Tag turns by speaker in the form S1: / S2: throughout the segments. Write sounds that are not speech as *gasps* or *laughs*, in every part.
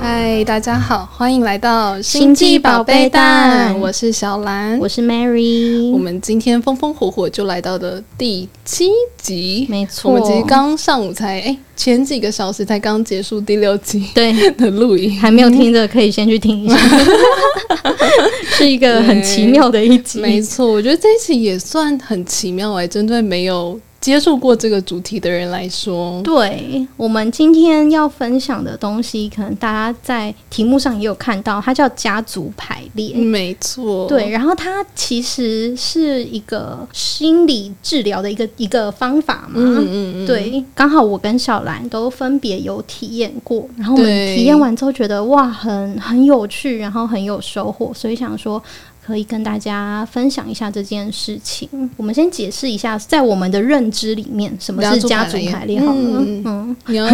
S1: 嗨，大家好，欢迎来到
S2: 星际宝贝蛋
S1: 我是小兰。
S2: 我是 Mary，
S1: 嗯我们今天风风火火就来到的第七集，
S2: 没
S1: 我
S2: 错，
S1: 们其实刚上午才哎，前几个小时才刚结束第六集
S2: 对
S1: 的录音，
S2: 还没有听的可以先去
S1: *laughs*
S2: 听一下，是一个很奇妙的一集，
S1: 没错，我觉得这一期也算很奇妙哎，针对没有接触过这个主题的人来说，
S2: 对，我们今天要分享的东西，可能大家在题目上也有看到，它叫家族排列。
S1: 没错，
S2: 对，然后它其实是一个心理治疗的一个一个方法嘛。
S1: 嗯，嗯嗯，
S2: 啊对，刚好我跟小兰都分别有体验过，然后我
S1: 对
S2: 们体验完之后觉得哇，很很有趣，然后很有收获，所以想说可以跟大家分享一下这件事情。我们先解释一下，在我们的认知里面，什么是
S1: 家
S2: 家
S1: 族
S2: 族
S1: 排列
S2: 排列好了，
S1: 嗯
S2: 嗯。
S1: 你要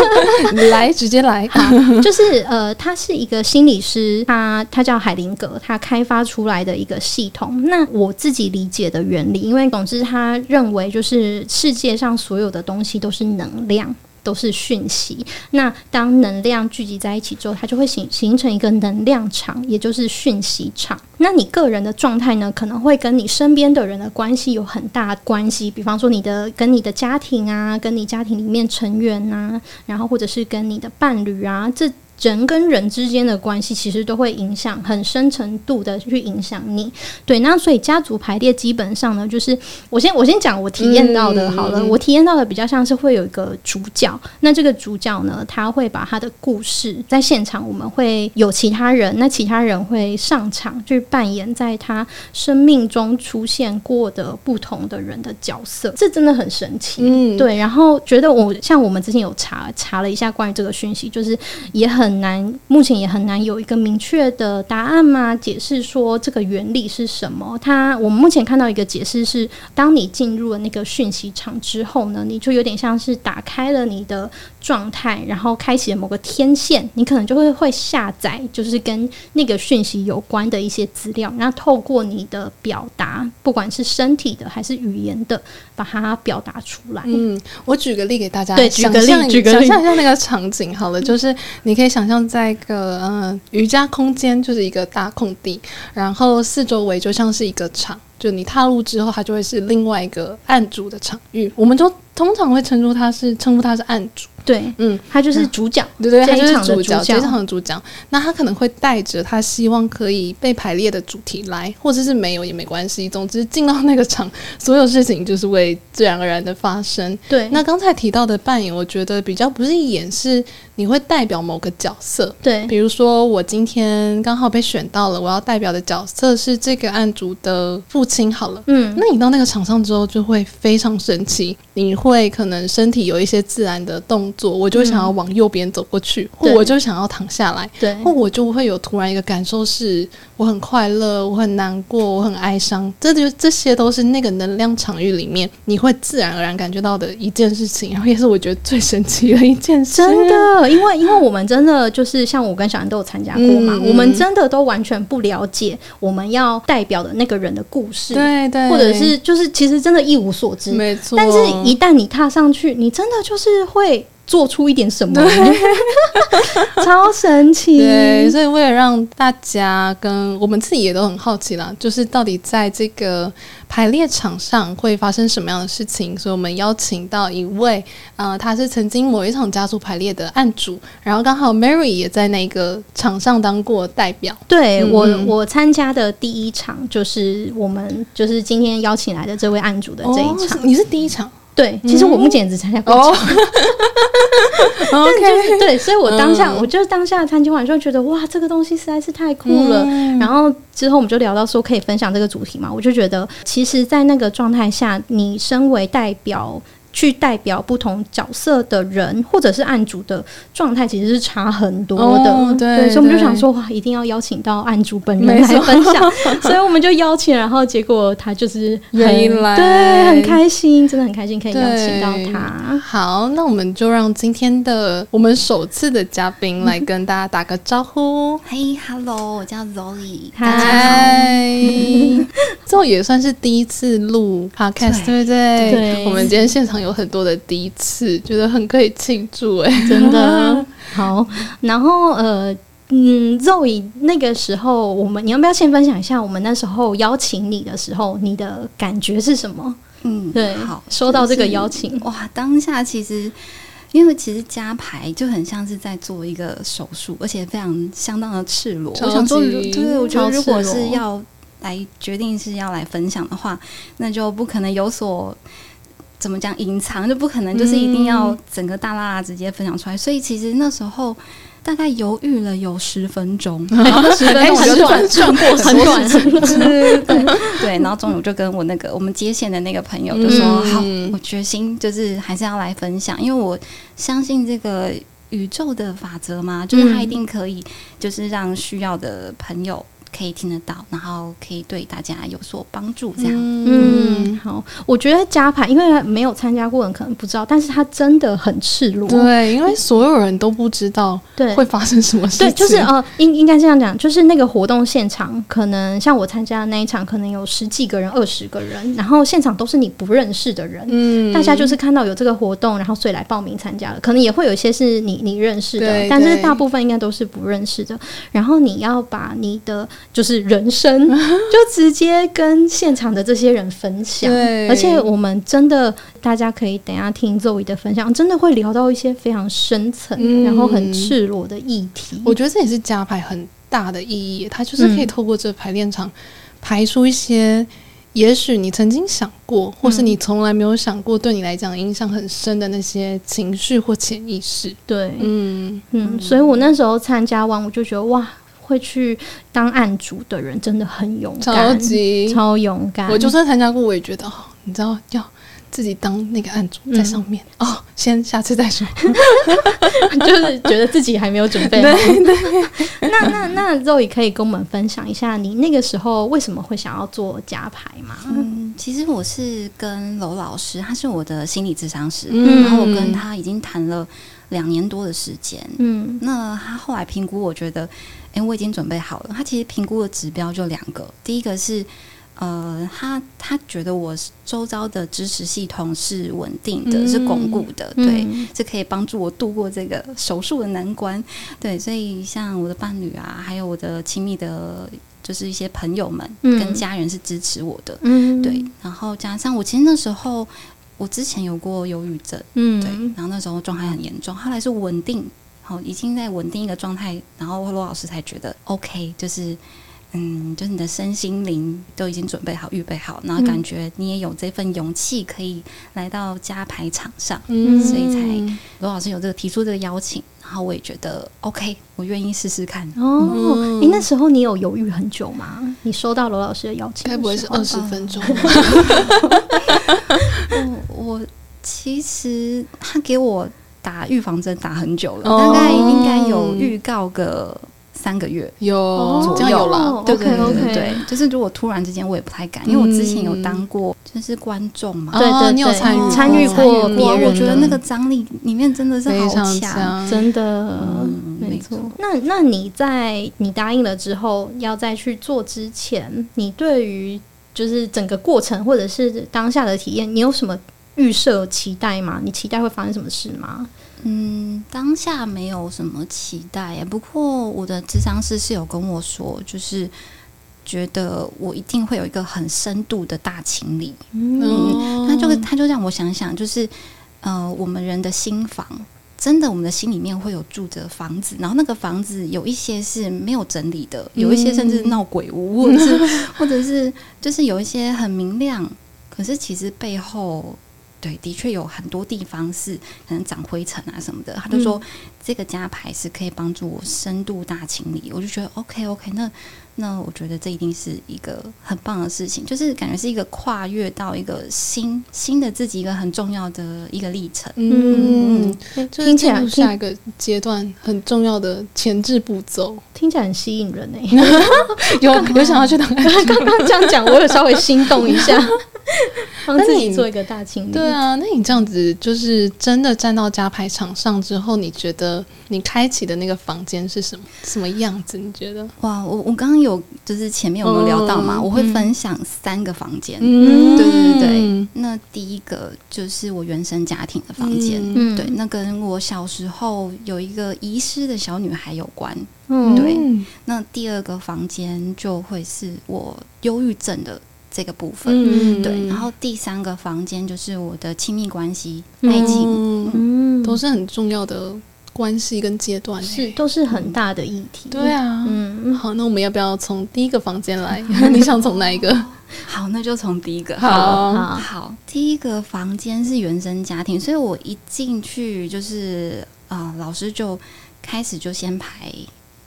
S1: *laughs* 你来直接来，
S2: 好，就是呃，他是一个心理师，他他叫海灵格，他开发出来的一个系统。那我自己理解的原理，因为总之他认为就是世界上所有的东西都是能量。都是讯息。那当能量聚集在一起之后，它就会形形成一个能量场，也就是讯息场。那你个人的状态呢，可能会跟你身边的人的关系有很大的关系。比方说，你的跟你的家庭啊，跟你家庭里面成员啊，然后或者是跟你的伴侣啊，这人跟人之间的关系，其实都会影响很深程度的去影响你。对，那所以家族排列基本上呢，就是我先我先讲我体验到的
S1: 嗯
S2: 好了，
S1: 嗯嗯
S2: 我体验到的比较像是会有一个主角，那这个主角呢，他会把他的故事在现场，我们会有其他人，那其他人会上场去扮演在他生命中出现过的不同的人的角色，这真的很神奇。
S1: 嗯，
S2: *laughs* 对，然后觉得我像我们之前有查查了一下关于这个讯息，就是也很难，目前也很难有一个明确的答案嘛，解释说这个原理是什么。它我们目前看到一个解释是，当你进入了那个讯息场之后呢，你就有点像是打开了你的状态，然后开启了某个天线，你可能就会会下载，就是跟那个讯息有关的一些资料，然后透过你的表达，不管是身体的还是语言的，把它表达出来。
S1: 嗯，我举个例给大家，
S2: 对举个例
S1: 想象
S2: 举个
S1: 想
S2: 例嗯
S1: 象一下那个场景好了，就是你可以想象在一个呃瑜伽空间，就是一个大空地，然后四周围就像是一个场，就你踏入之后，它就会是另外一个暗主的场域，我们就通常会称呼它是称呼它是暗主，
S2: 对，
S1: 嗯，
S2: 他就是主角。
S1: 对对，
S2: 这
S1: 他
S2: 一
S1: 就是
S2: 场的
S1: 主角，
S2: 主
S1: 这
S2: 角
S1: 一场的主角。那他可能会带着他希望可以被排列的主题来，或者是没有也没关系。总之进到那个场，所有事情就是会自然而然的发生。
S2: 对，
S1: 那刚才提到的扮演，我觉得比较不是演，是你会代表某个角色。
S2: 对
S1: 比如说，我今天刚好被选到了，我要代表的角色是这个案主的父亲。好了。
S2: 嗯，
S1: 那你到那个场上之后，就会非常生气，你会可能身体有一些自然的动作，我就会想要往右边走过去，或
S2: 对
S1: 我就想要躺下来，
S2: 对
S1: 或我就会有突然一个感受是，我很快乐，我很难过，我很哀伤，这就这些都是那个能量场域里面你会自然而然感觉到的一件事情，然后也是我觉得最神奇的一件事。
S2: 真
S1: 嗯
S2: 的，因为因为我们真的就是像我跟小安都有参加过嘛，
S1: 嗯嗯
S2: 我们真的都完全不了解我们要代表的那个人的故事，
S1: 对对，
S2: 或者是就是其实真的一无所知。
S1: 没错，
S2: 但是，一旦你踏上去，你真的就是会做出一点什么， *laughs* 超神奇。
S1: 对，所以为了让大家跟我们自己也都很好奇啦，就是到底在这个排列场上会发生什么样的事情，所以我们邀请到一位，呃，他是曾经某一场家族排列的案主，然后刚好 Mary 也在那个场上当过代表，
S2: 对
S1: 嗯
S2: 我
S1: 嗯，
S2: 我参加的第一场就是我们就是今天邀请来的这位案主的这一场。
S1: 哦你是嗯哦第一 *laughs* 场
S2: 对，其实我目前也只参加过一场，
S1: ，OK，
S2: 就是对，所以我当下、
S1: 嗯
S2: 我就是当下参加完之后觉得哇，这个东西实在是太酷了。
S1: 嗯
S2: 然后之后我们就聊到说可以分享这个主题嘛，我就觉得其实，在那个状态下，你身为代表。去代表不同角色的人，或者是案主的状态，其实是差很多的。
S1: 哦对
S2: 所以我们就
S1: 对
S2: 想说，哇，一定要邀请到案主本人
S1: 没错
S2: 来分
S1: *laughs*
S2: 享，所以我们就邀请，然后结果他就是很
S1: 愿意来
S2: 对，很开心，真的很开心可以邀请到
S1: 对
S2: 他。
S1: 好，那我们就让今天的我们首次的嘉宾来跟大家打个招呼。
S3: 嘿、h e l l o 我叫 Zoe，
S2: 嗨
S3: 大家好。
S1: 嗨， *laughs* 这也算是第一次录 podcast，对不对？
S2: 对
S1: 我们今天现场有很多的第
S2: *laughs*
S3: *laughs*
S1: 一次，觉得很可以庆祝哎、
S2: 真的好。然后呃，嗯，Zoe 那个时候，我们你要不要先分享一下我们那时候邀请你的时候，你的感觉是什么？
S3: 嗯，
S2: 对，
S3: 好，
S2: 收到这个
S3: 就是
S2: 邀请，
S3: 哇，当下其实。因为其实加牌就很像是在做一个手术，而且非常相当的赤裸。
S1: 超
S3: 我想说，如
S1: 级
S3: 对，我觉
S2: 超
S3: 得
S2: 赤
S3: 如果
S2: 裸
S3: 是要来决定是要来分享的话，那就不可能有所怎么讲隐藏，就不可能就是一定要
S1: 嗯
S3: 整个大拉拉直接分享出来。所以其实那时候大概犹豫了有十
S2: *laughs*
S3: 分钟，
S2: 十分钟
S1: 哎
S2: 我觉
S1: 十
S2: 得
S1: 分钟过
S2: *laughs* 很
S3: *laughs*
S2: 短，
S3: 对对 *laughs* 对，然后终于我就跟我那个我们接线的那个朋友就说：“好，
S1: 嗯
S3: 我决心就是还是要来分享，因为我相信这个宇宙的法则嘛，就是
S1: 嗯
S3: 它一定可以，就是让需要的朋友可以听得到，然后可以对大家有所帮助。这样，
S2: 嗯，，好，我觉得加牌，因为没有参加过的人可能不知道，但是它真的很赤裸，
S1: 对，因为所有人都不知道
S2: 对
S1: 会发生什么事情，
S2: 对，就是呃，应应该这样讲，就是那个活动现场，可能像我参加的那一场，可能有十几个人、二十个人，然后现场都是你不认识的人，
S1: 嗯
S2: 大家就是看到有这个活动，然后所以来报名参加了。可能也会有一些是你你认识的
S1: 对，
S2: 但是
S1: 对
S2: 大部分应该都是不认识的。然后你要把你的就是人生，就直接跟现场的这些人分享。
S1: 对
S2: 而且我们真的，大家可以等一下听周 o 的分享，真的会聊到一些非常深层，
S1: 嗯
S2: 然后很赤裸的议题。
S1: 我觉得这也是加牌很大的意义，它就是可以
S2: 嗯
S1: 透过这排练场排出一些，也许你曾经想过，或是你从来没有想过，对你来讲影响很深的那些情绪或潜意识。
S2: 对，
S1: 嗯，
S2: 嗯，所以我那时候参加完，我就觉得哇，会去当案主的人真的很勇
S1: 超
S2: 敢，
S1: 级，
S2: 超勇敢。
S1: 我就算参加过，我也觉得哦，你知道要。自己当那个案主在上面、哦，先下次再说。
S2: 就是觉得自己还没有准备好。那那那 Zoe 可以跟我们分享一下，你那个时候为什么会想要做加牌吗？
S3: 嗯，其实我是跟娄老师，他是我的心理咨商师，
S1: *laughs* 嗯
S3: 然后我跟他已经谈了两年多的时间，
S2: 嗯
S3: 那他后来评估，我觉得，哎、我已经准备好了。他其实评估的指标就两个，第一个是，呃，他他觉得我周遭的支持系统是稳定的，
S1: 嗯
S3: 是巩固的，对，
S2: 嗯
S3: 是可以帮助我度过这个手术的难关。对，所以像我的伴侣啊，还有我的亲密的，就是一些朋友们
S2: 嗯
S3: 跟家人是支持我的，
S2: 嗯
S3: 对。然后加上我其实那时候，我之前有过忧郁症。
S2: 嗯
S3: 对，然后那时候状态很严重，后来是稳定，好，已经在稳定一个状态，然后罗老师才觉得 OK，就是嗯，就是你的身心灵都已经准备好、预备好，然后感觉你也有这份勇气可以来到加牌场上，
S1: 嗯，
S3: 所以才罗老师有这个提出这个邀请，然后我也觉得 OK，我愿意试试看。
S2: 哦，
S1: 嗯
S2: 你、那时候你有犹豫很久吗？你收到罗老师的邀请的时候，
S1: 该不会是二十分钟吧？
S3: 我哦我其实他给我打预防针打很久了，
S1: 哦
S3: 大概应该有预告个三个月。
S1: 有、
S2: 哦
S1: 这样有啦，
S3: 对对对
S2: OK，OK
S3: 对对，就是如果突然之间我也不太敢，因为我之前有当过就是观众嘛，
S2: 对
S1: 哦
S2: 对
S1: 你有
S2: 对
S1: 参与
S2: 参与
S1: 过
S2: 过
S1: 参与
S2: 别
S3: 哇
S2: 人的，
S3: 我觉得那个张力里面真的是
S1: 非
S3: 好
S1: 常
S3: 强。
S1: 强，
S2: 真的、
S3: 嗯
S2: 没
S3: 没
S2: 错
S3: 错。
S2: 那那你在你答应了之后，要再去做之前，你对于就是整个过程或者是当下的体验，你有什么预设期待吗？你期待会发生什么事吗？
S3: 嗯，当下没有什么期待耶，不过我的智商师是有跟我说，就是觉得我一定会有一个很深度的大清理。
S2: 嗯
S1: 嗯，
S3: 他就他就让我想想，就是呃，我们人的心房，真的我们的心里面会有住着房子，然后那个房子有一些是没有整理的，有一些甚至闹鬼屋，或者是 *laughs* 或者是就是有一些很明亮，可是其实背后。对，的确有很多地方是可能长灰尘啊什么的。他就说、这个加牌是可以帮助我深度大清理，我就觉得 OK OK，那那我觉得这一定是一个很棒的事情，就是感觉是一个跨越到一个新新的自己一个很重要的一个历程。
S1: 嗯，就是
S2: 听起来
S1: 进入
S2: 听
S1: 下一个阶段很重要的前置步骤。
S2: 听起来很吸引人欸诶、
S1: *laughs* 有有想要去当 *laughs*
S2: 刚刚这样讲，我有稍微心动一下。帮
S1: 那
S2: 自
S1: 你
S2: 己做一个大清理。
S1: 对啊，那你这样子就是真的站到家排场上之后，你觉得你开启的那个房间是什么什么样子？你觉得？
S3: 哇，我我刚刚有就是前面有没有聊到嘛？
S1: 嗯
S3: 我会
S1: 嗯
S3: 分享三个房间。
S2: 嗯
S3: 对对对，那第一个就是我原生家庭的房间。
S1: 嗯
S2: 嗯，
S3: 对，那跟我小时候有一个遗失的小女孩有关。
S2: 嗯，
S3: 对
S1: 嗯
S3: 那第二个房间就会是我忧郁症的这个部分。
S1: 嗯
S3: 对，然后第三个房间就是我的亲密关系、
S2: 嗯
S3: 爱情。
S1: 嗯，
S2: 嗯，
S1: 都是很重要的关系跟阶段、欸
S2: 是。都是很大的议题。
S1: 对，啊，
S2: 嗯，
S1: 好，那我们要不要从第一个房间 *laughs* 来？你想从哪一 *laughs* 个？
S3: 好，那就从第一个。
S1: 好
S2: 好，
S3: 好，第一个房间是原生家庭，所以我一进去就是啊、呃老师就开始就先排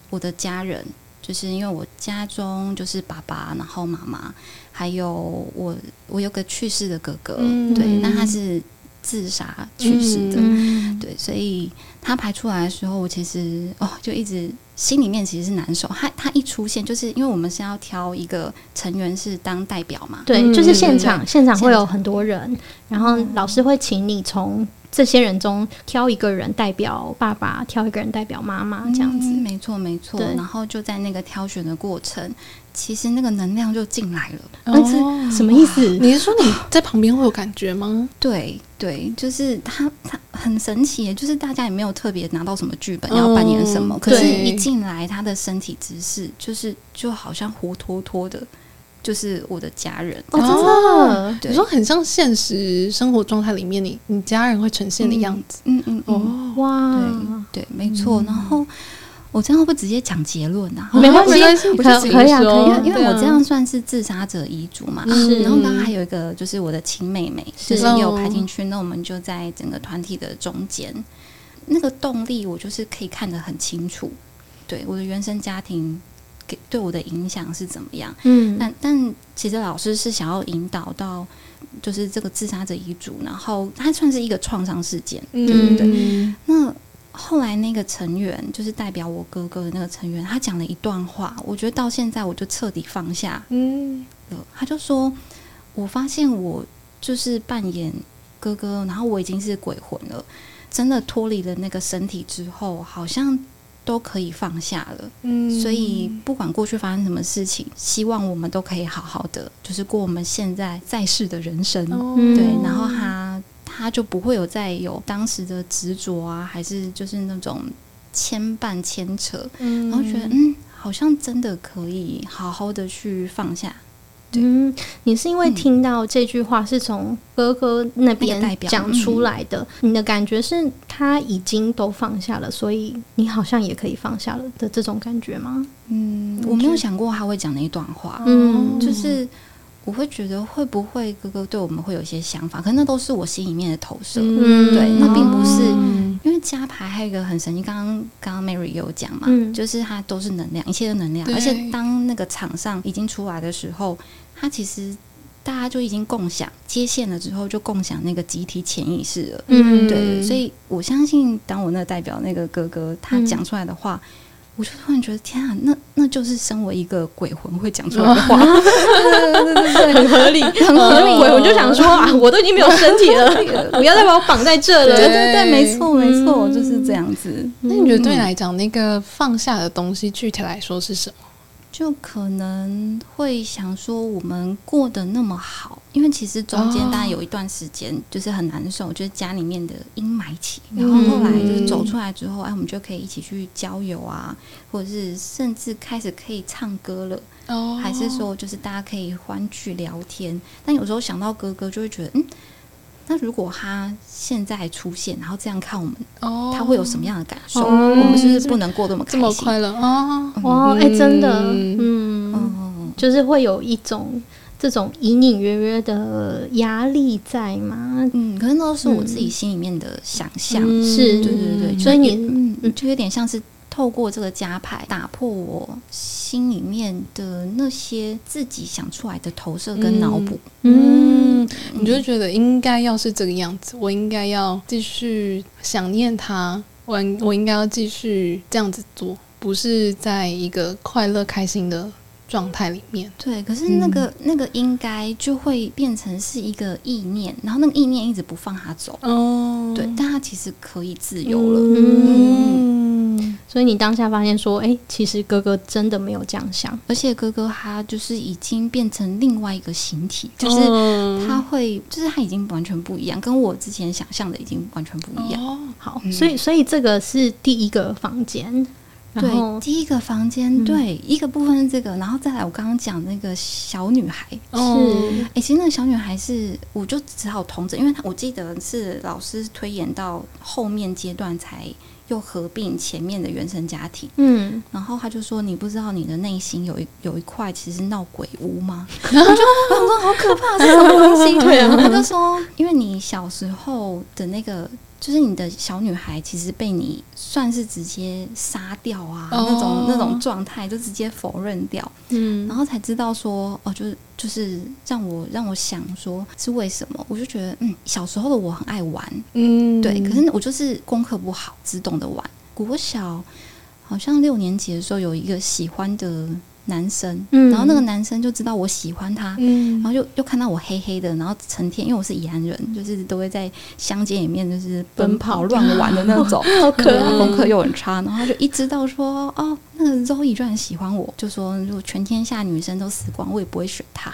S3: 我的家人，就是因为我家中就是爸爸，然后妈妈，还有我我有个去世的哥哥，
S1: 嗯
S3: 对，那他是自杀去世的，
S2: 嗯，
S3: 对，所以他排出来的时候，我其实哦，就一直心里面其实是难受。他他一出现，就是因为我们是要挑一个成员是当代表嘛，
S2: 对，
S1: 嗯
S2: 就是现场，现场会
S3: 现
S2: 有
S3: 场
S2: 很多人，然后老师会请你从这些人中挑一个人代表爸爸，挑一个人代表妈妈，这样子。
S3: 嗯没错没错
S2: 对。
S3: 然后就在那个挑选的过程，其实那个能量就进来了。
S2: 但是什
S1: 么？
S2: 么意思？
S1: 哦嗯你是说你在旁边会有感觉吗？
S3: 对对，就是他他很神奇耶，就是大家也没有特别拿到什么剧本要扮演什么，
S1: 嗯
S3: 可是
S1: 对
S3: 一进来他的身体姿势就是就好像活脱脱的，就是我的家人。
S2: 哦，真
S1: 哦
S2: 的，
S3: 对
S1: 你说很像现实生活状态里面你你家人会呈现的样子。
S3: 嗯嗯嗯。
S1: 哦，
S2: 哇，
S3: 对对，没错。然后我这样会不会直接讲结论啊？
S2: 没关系
S1: 哦没关系，
S2: 可
S1: 我就
S2: 可以啊
S1: 自己说
S2: 可以啊
S3: 哦因为
S1: 对啊嗯
S3: 我这样算是自杀者遗嘱嘛，
S1: 是
S3: 然后当然还有一个就是我的亲妹妹，
S2: 是
S3: 就是也有排进去，那我们就在整个团体的中间，那个动力我就是可以看得很清楚，对我的原生家庭给对我的影响是怎么样，
S2: 嗯，
S3: 但但其实老师是想要引导到，就是这个自杀者遗嘱，然后它算是一个创伤事件，
S1: 嗯，
S2: 对
S1: 嗯
S3: 那后来那个成员，就是代表我哥哥的那个成员，他讲了一段话，我觉得到现在我就彻底放下
S1: 嗯
S3: 了。他就说：“我发现我就是扮演哥哥，然后我已经是鬼魂了，真的脱离了那个身体之后，好像都可以放下了。
S1: 嗯
S3: 所以不管过去发生什么事情，希望我们都可以好好的，就是过我们现在在世的人生。
S1: 哦
S3: 对
S2: 嗯，
S3: 然后他他就不会有再有当时的执着啊，还是就是那种牵绊牵扯，
S1: 嗯
S3: 然后觉得嗯，好像真的可以好好的去放下。
S2: 嗯，你是因为
S3: 嗯
S2: 听到这句话是从哥哥那边
S3: 那个代表
S2: 讲出来的，你的感觉是他已经都放下了，所以你好像也可以放下了的这种感觉吗？
S3: 嗯，我没有想过他会讲那一段话，
S2: 嗯
S3: 哦就是。我会觉得会不会哥哥对我们会有一些想法，可那都是我心里面的投射，
S2: 嗯
S3: 对，那并不是
S1: 嗯
S3: 因为加牌还有一个很神奇，刚刚刚刚 Mary 也有讲嘛，
S2: 嗯
S3: 就是它都是能量，一切都能量，
S1: 对
S3: 而且当那个场上已经出来的时候，它其实大家就已经共享接线了之后，就共享那个集体潜意识了。
S1: 嗯
S3: 对对，所以我相信，当我那个代表那个哥哥他讲出来的话，我就突然觉得天啊，那那就是身为一个鬼魂会讲出来的话，对对对对对，
S2: 很合理，很合理。
S1: 哦
S2: 我我就想说啊，我都已经没有身体了，不要再把我绑在这
S3: 对
S2: 了。
S3: 对对，没错没错，
S2: 嗯
S3: 就是这样子。
S1: 那你觉得对你来讲，那个放下的东西具体来说是什么？
S3: 就可能会想说，我们过得那么好，因为其实中间
S1: 哦
S3: 当然有一段时间就是很难受，就是家里面的阴霾期。然后后来就是走出来之后，哎，我们就可以一起去郊游啊，或者是甚至开始可以唱歌了，
S1: 哦
S3: 还是说就是大家可以欢聚聊天。但有时候想到哥哥，就会觉得，嗯，那如果他现在出现，然后这样看我们，
S1: 哦，
S3: 他会有什么样的感受？
S2: 哦
S3: 我们是不是不能过得那么开
S1: 这
S3: 心？
S1: 么快乐哦，
S2: 哇，哎，真的，嗯，
S3: 嗯，
S2: 就是会有一种这种隐隐约约的压力在嘛。
S3: 嗯，可是那都是我自己心里面的想象，
S1: 嗯
S2: 是
S3: 对对对，
S2: 所以
S3: 就
S2: 你
S3: 嗯，就有点像是透过这个加牌打破我心里面的那些自己想出来的投射跟脑补，
S1: 嗯，你就觉得应该要是这个样子，我应该要继续想念他，我我应该要继续这样子做，不是在一个快乐开心的状态里面。
S3: 对，可是那个、那个应该就会变成是一个意念，然后那个意念一直不放他走。
S1: 哦
S3: 对，但他其实可以自由了。
S1: 嗯，
S2: 所以你当下发现说，哎、其实哥哥真的没有这样想，
S3: 而且哥哥他就是已经变成另外一个形体，就是
S1: 哦是
S3: 他会，就是他已经完全不一样，跟我之前想象的已经完全不一样。
S1: 哦，
S2: 好，
S3: 嗯
S2: 所以所以这个是第一个房间，然后
S3: 对，第一个房间，
S2: 嗯
S3: 对，一个部分是这个，然后再来我刚刚讲那个小女孩，
S1: 哦
S3: 哎、其实那个小女孩是，我就只好同着，因为她我记得是老师推演到后面阶段才又合并前面的原生家庭，
S2: 嗯，
S3: 然后他就说：“你不知道你的内心有一有一块其实闹鬼屋吗？”然 *laughs* 后我就我想说好可怕，是什么东西？对啊，他就说：“因为你小时候的那个，就是你的小女孩，其实被你算是直接杀掉啊，
S1: 哦
S3: 那种那种状态就直接否认掉，
S1: 嗯
S3: 然后才知道说哦，就是就是让我让我想说是为什么？我就觉得嗯，小时候的我很爱玩，
S1: 嗯
S3: 对，可是我就是功课不好，只懂得玩。国小好像六年级的时候有一个喜欢的男生，
S2: 嗯
S3: 然后
S2: *gasps*
S3: 那个男生就知道我喜欢他。
S1: 嗯
S3: 然后就又看到我黑黑的，然后成天，因为我是宜安人，就是都会在乡间里面就是奔跑
S1: 奔
S3: 乱玩的那
S1: *laughs*
S3: 种，
S2: 好
S3: 对，
S1: 啊
S3: 然后功课又很差，然后他就一知道说，哦，那个 Zoe 居然喜欢我，就说嗯如果全天下女生都死光，我也不会选他。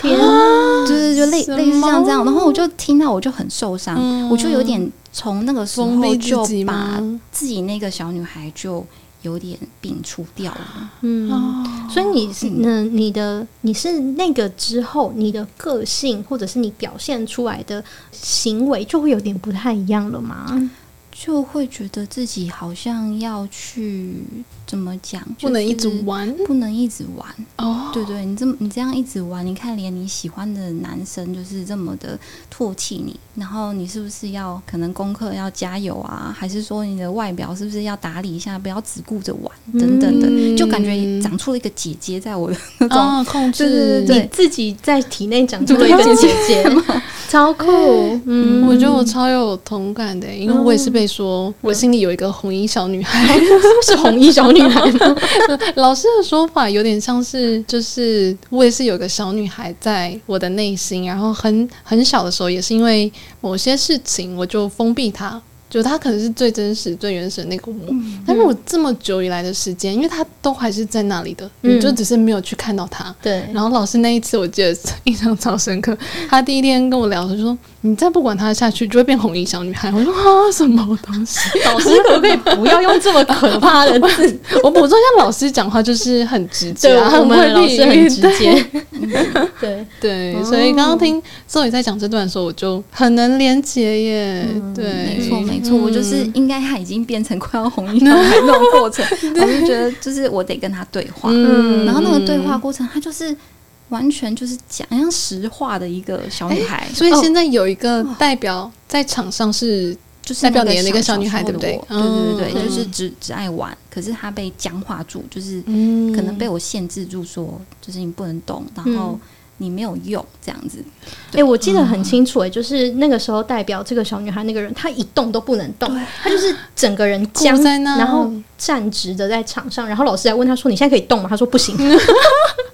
S2: 天啊，
S3: 就是就类
S1: 什么
S3: 类似像这样，然后我就听到我就很受伤，
S1: 嗯
S3: 我就有点从那个时
S1: 封
S3: 候
S1: 闭自
S3: 就
S1: 己
S3: 把
S1: 吗？
S3: 自己那个小女孩就有点摒除掉了。
S2: 嗯。
S1: 哦
S2: 所以你是
S3: 嗯
S2: 那你的你是那个之后，你的个性或者是你表现出来的行为就会有点不太一样了吗？
S3: 就会觉得自己好像要去怎么讲，
S1: 不能一直
S3: 就是
S1: 玩
S3: 不能一直玩，
S1: 哦，
S3: 对对，你这么你这样一直玩，你看连你喜欢的男生就是这么的唾弃你，然后你是不是要可能功课要加油啊，还是说你的外表是不是要打理一下，不要只顾着玩等等的，
S1: 嗯
S3: 就感觉长出了一个姐姐在我的那种， *laughs*
S1: 哦，控制，
S3: 对对对
S2: 你自己在体内长出了一个姐姐，超酷。嗯，
S1: 我觉得我超有同感的，因为我也是被说，我心里有一个红衣小女孩。 *laughs*
S2: 是红衣小女孩吗？
S1: 老师的说法有点像是，就是我也是有个小女孩在我的内心，然后很很小的时候，也是因为某些事情，我就封闭她。就她可能是最真实、最原始的那个我，
S2: 嗯
S1: 但是我这么久以来的时间，因为她都还是在那里的，
S2: 嗯
S1: 你就只是没有去看到她。
S2: 对，
S1: 然后老师那一次我记得印象超深刻， *laughs* 他第一天跟我聊的时候说：“你再不管他下去，就会变红衣小女孩。”我说：“啊，什么东西
S2: 老师可不可以
S1: *laughs*
S2: 不要用这么可怕的字？？”
S1: 我补充一下，老师讲话就是很直接、
S2: 对，
S1: 啊，
S2: 我
S1: 很
S2: 们
S1: 会
S2: 的老师
S1: 避
S2: 很
S1: 孕
S2: 直
S1: 对
S2: 接。 *laughs* 对，
S1: *laughs* 对，
S2: 哦
S1: 所以刚刚听周宇在讲这段的时候，我就很能连结耶。对，
S3: 没错，没
S1: 嗯
S3: 错，我就是应该他已经变成快要红衣小孩那种过程，
S1: 嗯
S3: 我就觉得就是我得跟他对话，
S2: 嗯
S3: 然后那个对话过程，他就是完全就是讲像实话的一个小女孩，
S1: 所以现在有一个代表在场上是
S3: 就是
S1: 代表你的那个小女孩
S3: 时候
S1: 对不对
S3: 的我对对对
S1: 嗯
S3: 对，就是只只爱玩，可是她被僵化住，就是
S1: 嗯
S3: 可能被我限制住说，就是你不能动，然后
S2: 嗯
S3: 你没有用这样子。
S2: 哎、我记得很清楚、哎，就是那个时候代表这个小女孩那个人，她一动都不能动，她就是整个人僵
S1: 在那，
S2: 然后站直的在场上，然后老师还问她说：“你现在可以动吗？”她说：“不行。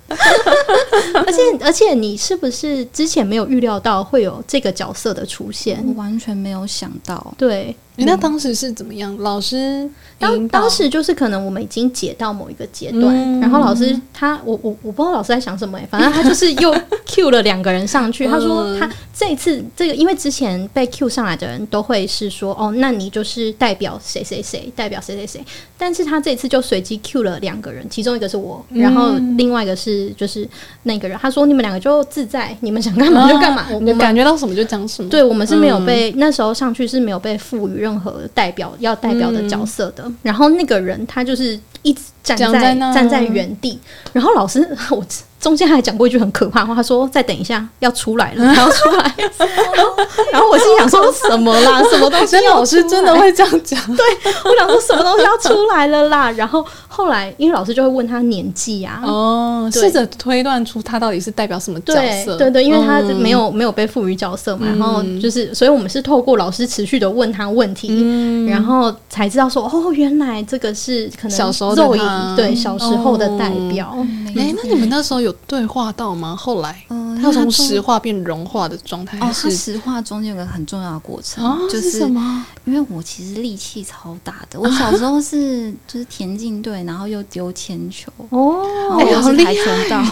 S2: 而且而且，你是不是之前没有预料到会有这个角色的出现？
S1: 嗯
S3: 我完全没有想到，
S2: 对，
S1: 诶那当时是怎么样？老师
S2: 当
S1: 引导
S2: 当时就是可能我们已经解到某一个阶段，
S1: 嗯
S2: 然后老师他我我我不知道老师在想什么、欸，反正他就是
S1: *laughs*
S2: 又 Q 了两个人上去。
S1: 嗯
S2: 他说他这一次这个，因为之前被 Q 上来的人都会是说哦，那你就是代表谁谁谁，代表谁谁谁。但是他这次就随机 Q 了两个人，其中一个是我，
S1: 嗯
S2: 然后另外一个是就是那个人。他说你们两个就自在，你们想干嘛就干嘛，我我
S1: 哦你
S2: 们
S1: 感觉到什么就讲什么。
S2: 对我们是没
S1: 嗯
S2: 有被、那时候上去是没有被赋予任何代表要代表的角色的。然后那个人他就是一直站在
S1: 嗯讲在那嗯
S2: 站在原地，然后老师 *laughs* 我中间还讲过一句很可怕的话，他说：“再等一下，要出来了，他要出来。”
S1: *laughs*
S2: 然后我心想说什么啦，什么东西
S1: 真的
S2: 要
S1: 老师
S2: 出
S1: 真
S2: 来
S1: 的会这样讲，
S2: 我想说什么东西要出来了啦。然后后来因为老师就会问他年纪啊，
S1: 哦，
S2: 对
S1: 试着推断出他到底是代表什么角
S2: 对
S1: 色。
S2: 对对，因为他
S1: 嗯
S2: 没有、没有被赋予角色嘛，
S1: 嗯
S2: 然后就是，所以我们是透过老师持续的问他问题，
S1: 嗯
S2: 然后才知道说，哦，原来这个是可能
S1: 小时候的
S2: 肉
S1: 他啊
S2: 对小时候的代表。
S1: 哎、那你们那时候有对话到吗？后来
S3: 嗯，
S1: 它从
S3: 中
S1: 石化变融化的状态，
S3: 哦，
S1: 还
S3: 它
S1: 是
S3: 石化中间有个很重要的过程，
S1: 哦
S3: 就是
S1: 什么？
S3: 因为我其实力气超大的，我小时候是就是田径队，然后又丢铅球，然
S2: 哦
S3: 后
S1: 哎，
S3: 又
S1: 好
S3: 是
S1: 厉
S3: 跆拳道，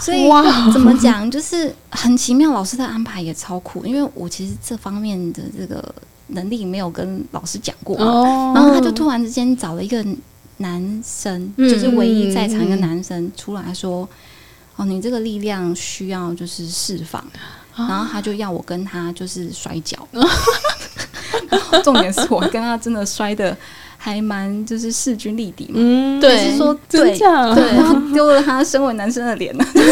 S3: 所以
S1: 哇
S3: *laughs* 怎
S2: *laughs*
S3: 么讲就是很奇妙，老师的安排也超酷，因为我其实这方面的这个能力没有跟老师讲过嘛，
S1: 哦
S3: 然后他就突然之间找了一个男生，
S2: 嗯
S3: 就是唯一在场一个男生出来说：“哦，你这个力量需要就是释放。”
S2: 啊
S3: 然后他就要我跟他就是摔跤，
S2: *laughs*
S3: 然后重点是我跟他真的摔的还蛮就是势均力敌嘛。
S1: 嗯，
S2: 对
S3: 就是说
S1: 真
S3: 对
S2: *laughs*
S1: 假
S3: 对，然后丢了他身为男生的脸， *laughs* 就是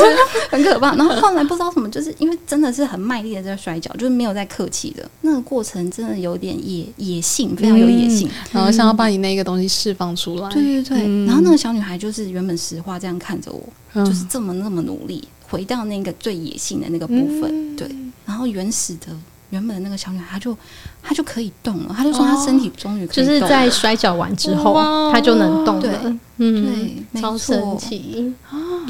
S3: 很可怕。然后后来不知道什么，就是因为真的是很卖力的在摔跤，就是没有在客气的。那个过程真的有点野野性，非常有野性。
S2: 嗯
S1: 然后想要把你那个东西释放出来，
S3: 对对对，
S1: 嗯
S3: 然后那个小女孩就是原本实话这样看着我，
S1: 嗯
S3: 就是这么那么努力，回到那个最野性的那个部分，
S2: 嗯
S1: 嗯
S3: 对。然后原始的原本的那个小女孩，她就她就可以动了，她就说她身体终于可
S2: 哦就
S3: 以动了，
S2: 是在摔跤完之后
S1: 哇，
S2: 他就能动
S3: 对
S2: 了。嗯，
S3: 对，没
S2: 超神
S3: 错，
S2: 奇。 *laughs*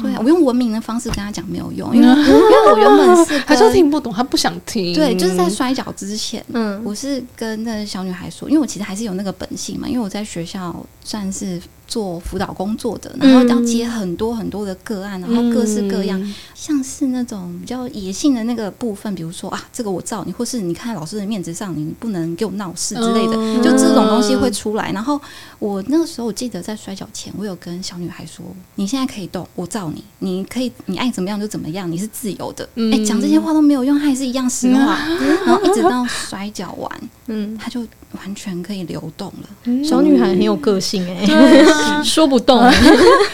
S3: 对啊我用文明的方式跟她讲没有用，因为
S2: 嗯
S3: 因为我原
S2: *laughs*
S3: 本是
S1: 他就
S3: 跟
S1: 听不懂，他不想听，
S3: 对，就是在摔跤之前，
S2: 嗯，
S3: 我是跟那个小女孩说，因为我其实还是有那个本性嘛，因为我在学校算是做辅导工作的，然后要接很多很多的个案，然后各式各样，
S1: 嗯
S3: 像是那种比较野性的那个部分，比如说啊，这个我照你，或是你看在老师的面子上，你不能给我闹事之类的，
S1: 嗯
S3: 就这种东西会出来。然后我那个时候我记得在摔跤前，我有跟小女孩说，你现在可以动，我照你，你可以你爱怎么样就怎么样，你是自由的。
S1: 嗯
S3: 哎、讲这些话都没有用，她还是一样实话。然后一直到摔跤完，
S2: 嗯，
S3: 她就完全可以流动了。
S2: 小女孩很有个性哎、
S1: 对
S3: *laughs*
S1: 啊
S2: 说不动、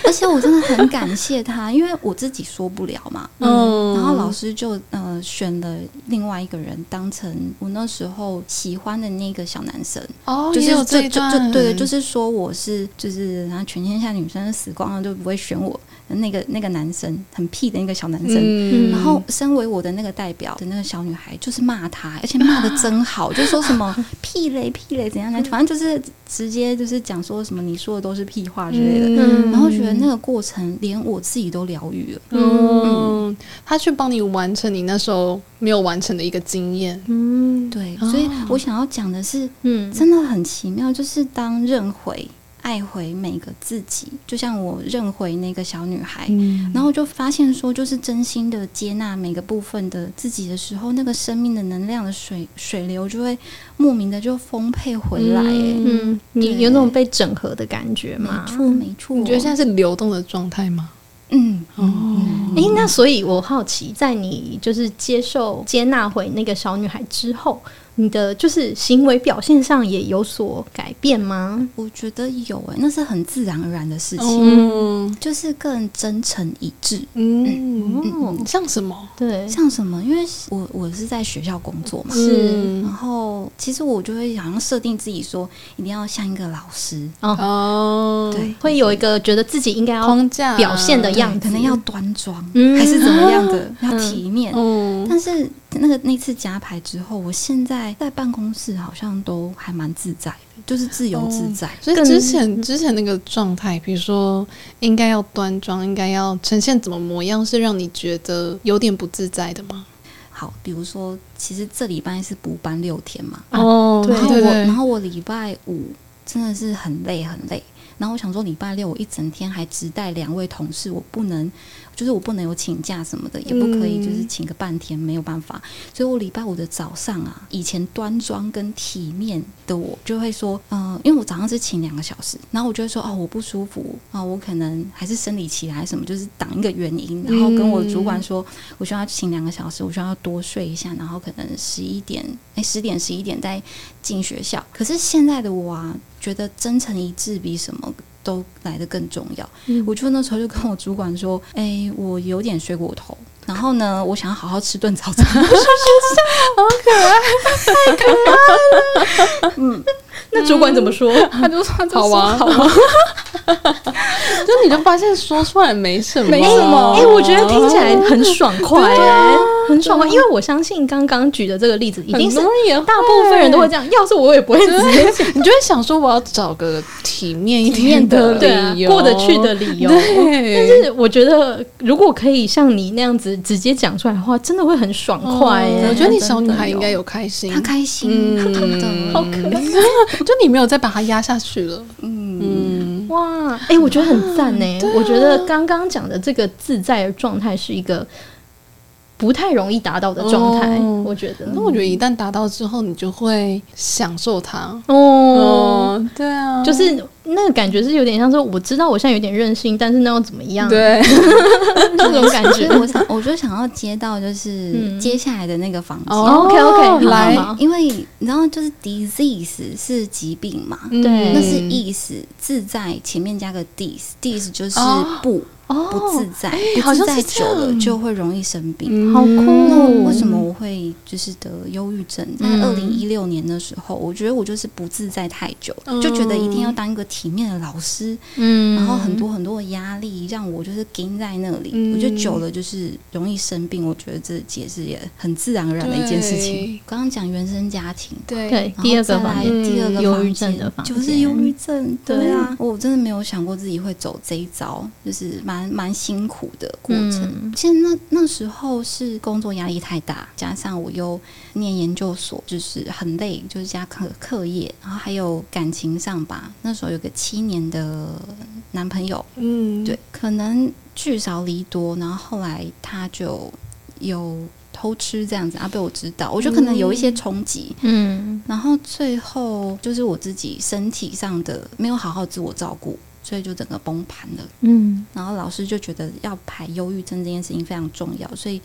S3: 而且我真的很感谢她，因为我自己说不了嘛，
S1: 嗯
S3: 然后老师就呃选了另外一个人当成我那时候喜欢的那个小男生，
S1: 哦，
S3: 就是
S1: 也有这
S3: 就
S1: 一
S3: 就
S1: 段，
S3: 就对，就是说我是就是然后全天下女生都死光了就不会选我那个那个男生很屁的那个小男生。
S1: 嗯
S3: 然后，身为我的那个代表的那个小女孩，就是骂他，而且骂的真好，就说什么屁嘞屁嘞怎
S2: *laughs*
S3: 样的，反正就是直接就是讲说什么你说的都是屁话啊之类的。
S2: 嗯
S3: 然后觉得那个过程，连我自己都疗愈了。
S1: 嗯，他去帮你完成你那时候没有完成的一个经验，
S2: 嗯
S3: 对，
S1: 哦
S3: 所以我想要讲的是，
S2: 嗯，
S3: 真的很奇妙，就是当认回、爱回每个自己，就像我认回那个小女孩，
S1: 嗯
S3: 哎然后就发现说，就是真心的接纳每个部分的自己的时候，那个生命的能量的水水流就会莫名的就丰沛回来、哎、
S2: 嗯，
S3: 对
S2: 你有那种被整合的感觉吗
S3: 没？错，没错。
S1: 你觉得现在是流动的状态吗？
S3: 嗯，
S1: 哦，
S2: 诶，那所以我好奇，在你就是接受接纳回那个小女孩之后，你的就是行为表现上也有所改变吗？
S3: 我觉得有哎、那是很自然而然的事情，
S1: 嗯
S3: 就是更真诚一致。
S1: 嗯，
S2: 哦，
S1: 像什么？
S2: 对，
S3: 像什么？因为我我是在学校工作嘛，
S1: 是
S3: 然后其实我就会好像设定自己说，一定要像一个老师，
S1: 哦，
S3: 嗯对，
S2: 会有一个觉得自己应该要
S1: 框架
S2: 表现的
S3: 对
S2: 样子
S3: 可能要端庄，
S2: 嗯
S3: 还是怎么样的，要体面。
S1: 嗯，
S3: 但是那个那次夹牌之后，我现在在办公室好像都还蛮自在的，就是自由自在。
S1: 所以
S2: 更
S1: 之前之前那个状态，比如说应该要端庄，应该要呈现怎么模样，是让你觉得有点不自在的吗？
S3: 好，比如说，其实这礼拜是补班六天嘛，
S1: 哦
S2: 对
S3: 然后
S1: 对
S3: 我
S1: 对
S3: 然，后我礼拜五真的是很累很累，然后我想说礼拜六我一整天还只带两位同事，我不能就是我不能有请假什么的，也不可以
S1: 嗯
S3: 就是请个半天，没有办法。所以我礼拜五的早上啊，以前端庄跟体面的我就会说，嗯、因为我早上是请两个小时，然后我就会说哦我不舒服啊、我可能还是生理期来什么，就是挡一个原因，然后跟我主
S1: 嗯
S3: 管说，我需要请两个小时，我需要多睡一下，然后可能十一点哎十点十一点再进学校。可是现在的我啊，觉得真诚一致比什么都来得更重要。
S2: 嗯
S3: 我就那时候就跟我主管说：“ *laughs* 哎、我有点水果头，然后呢，我想要好好吃顿早餐。”好可爱，太可爱了。嗯，
S2: 那主管怎么说？嗯
S3: 他就说：“
S1: 好啊
S3: 好啊。”
S1: 就你就发现说出来没什么，哦
S2: 没什么。哎、我觉得听起来很爽快、欸，很爽快。因为我相信刚刚举的这个例子，一定
S1: 很
S2: 是
S1: 多人也
S2: 大部分人都会这样。要是我也不会直接
S1: 对，你就会想说我要找个体面一点
S2: *laughs* 对啊
S1: 理由，
S2: 过得去的理由。但
S1: 对，
S2: 是我觉得，如果可以像你那样子直接讲出来的话，真的会很爽快、
S3: 哦
S2: 欸。
S1: 我觉得你小女孩应该有哦开心，
S3: 她开心，她真
S1: 嗯
S3: 的
S2: 好可爱
S1: 就你没有再把她压下去了。
S3: 嗯，
S1: 嗯，
S2: 哇！哎、我觉得很赞呢、
S3: 啊
S2: 我觉得刚刚讲的这个自在的状态是一个不太容易达到的状态、
S1: 哦
S2: 我觉得。
S1: 那我觉得一旦达到之后，你就会享受它。
S2: 哦，
S1: 哦，对啊，
S2: 就是那个感觉是有点像说，我知道我现在有点任性，但是那又怎么样？，
S1: 对，
S2: 那种感
S3: *laughs* 所以
S2: 觉。
S3: 我想，我就想要接到就是
S2: 嗯
S3: 接下来的那个房子。
S1: 哦
S2: OK，OK，好好
S1: 来
S2: 好，
S3: 因为你知道，就是 disease 是疾病嘛，
S1: 嗯
S2: 对
S3: 那是意思自在前面加个 dis，dis 就是
S1: 哦
S3: 不、不
S2: 哦
S3: 自，在，
S1: 哎好
S3: 不自
S1: 像
S3: 在
S1: 是
S3: 久
S1: 这
S3: 了
S1: 样
S3: 就会容易生病。
S1: 嗯
S2: 好酷
S3: 那
S2: 哦
S3: 为什么我会就是得忧郁症？在
S2: 嗯
S3: 二零一六年的时候，我觉得我就是不自在太久，
S1: 嗯
S3: 就觉得一定要当一个体面的老师，
S2: 嗯
S3: 然后很多很多的压力让我就是盯在那里，
S1: 嗯
S3: 我觉得久了就是容易生病。我觉得这解释也很自然而然的一件事情
S1: 对。
S3: 刚刚讲原生家庭。
S1: 对，
S2: 对
S3: 然后
S2: 第二
S3: 再
S2: 个吧
S3: 来，
S1: 嗯
S3: 第二个
S2: 忧
S3: 房
S2: 郁症
S3: 间
S2: 的房
S3: 就是
S2: 间
S3: 忧郁症，对
S2: 对
S3: 啊，我真的没有想过自己会走这一招，就是蛮蛮辛苦的过程。
S2: 嗯
S3: 其实那那时候是工作压力太大，加上我又念研究所，就是很累，就是加课课业，然后还有感情上吧。那时候有个七年的男朋友，
S1: 嗯，
S3: 对，可能聚少离多，然后后来他就有偷吃这样子啊，被我知道，我觉得可能有一些冲击。
S2: 嗯
S3: 然后最后就是我自己身体上的没有好好自我照顾，所以就整个崩盘了。
S2: 嗯
S3: 然后老师就觉得要排忧郁症这件事情非常重要，所以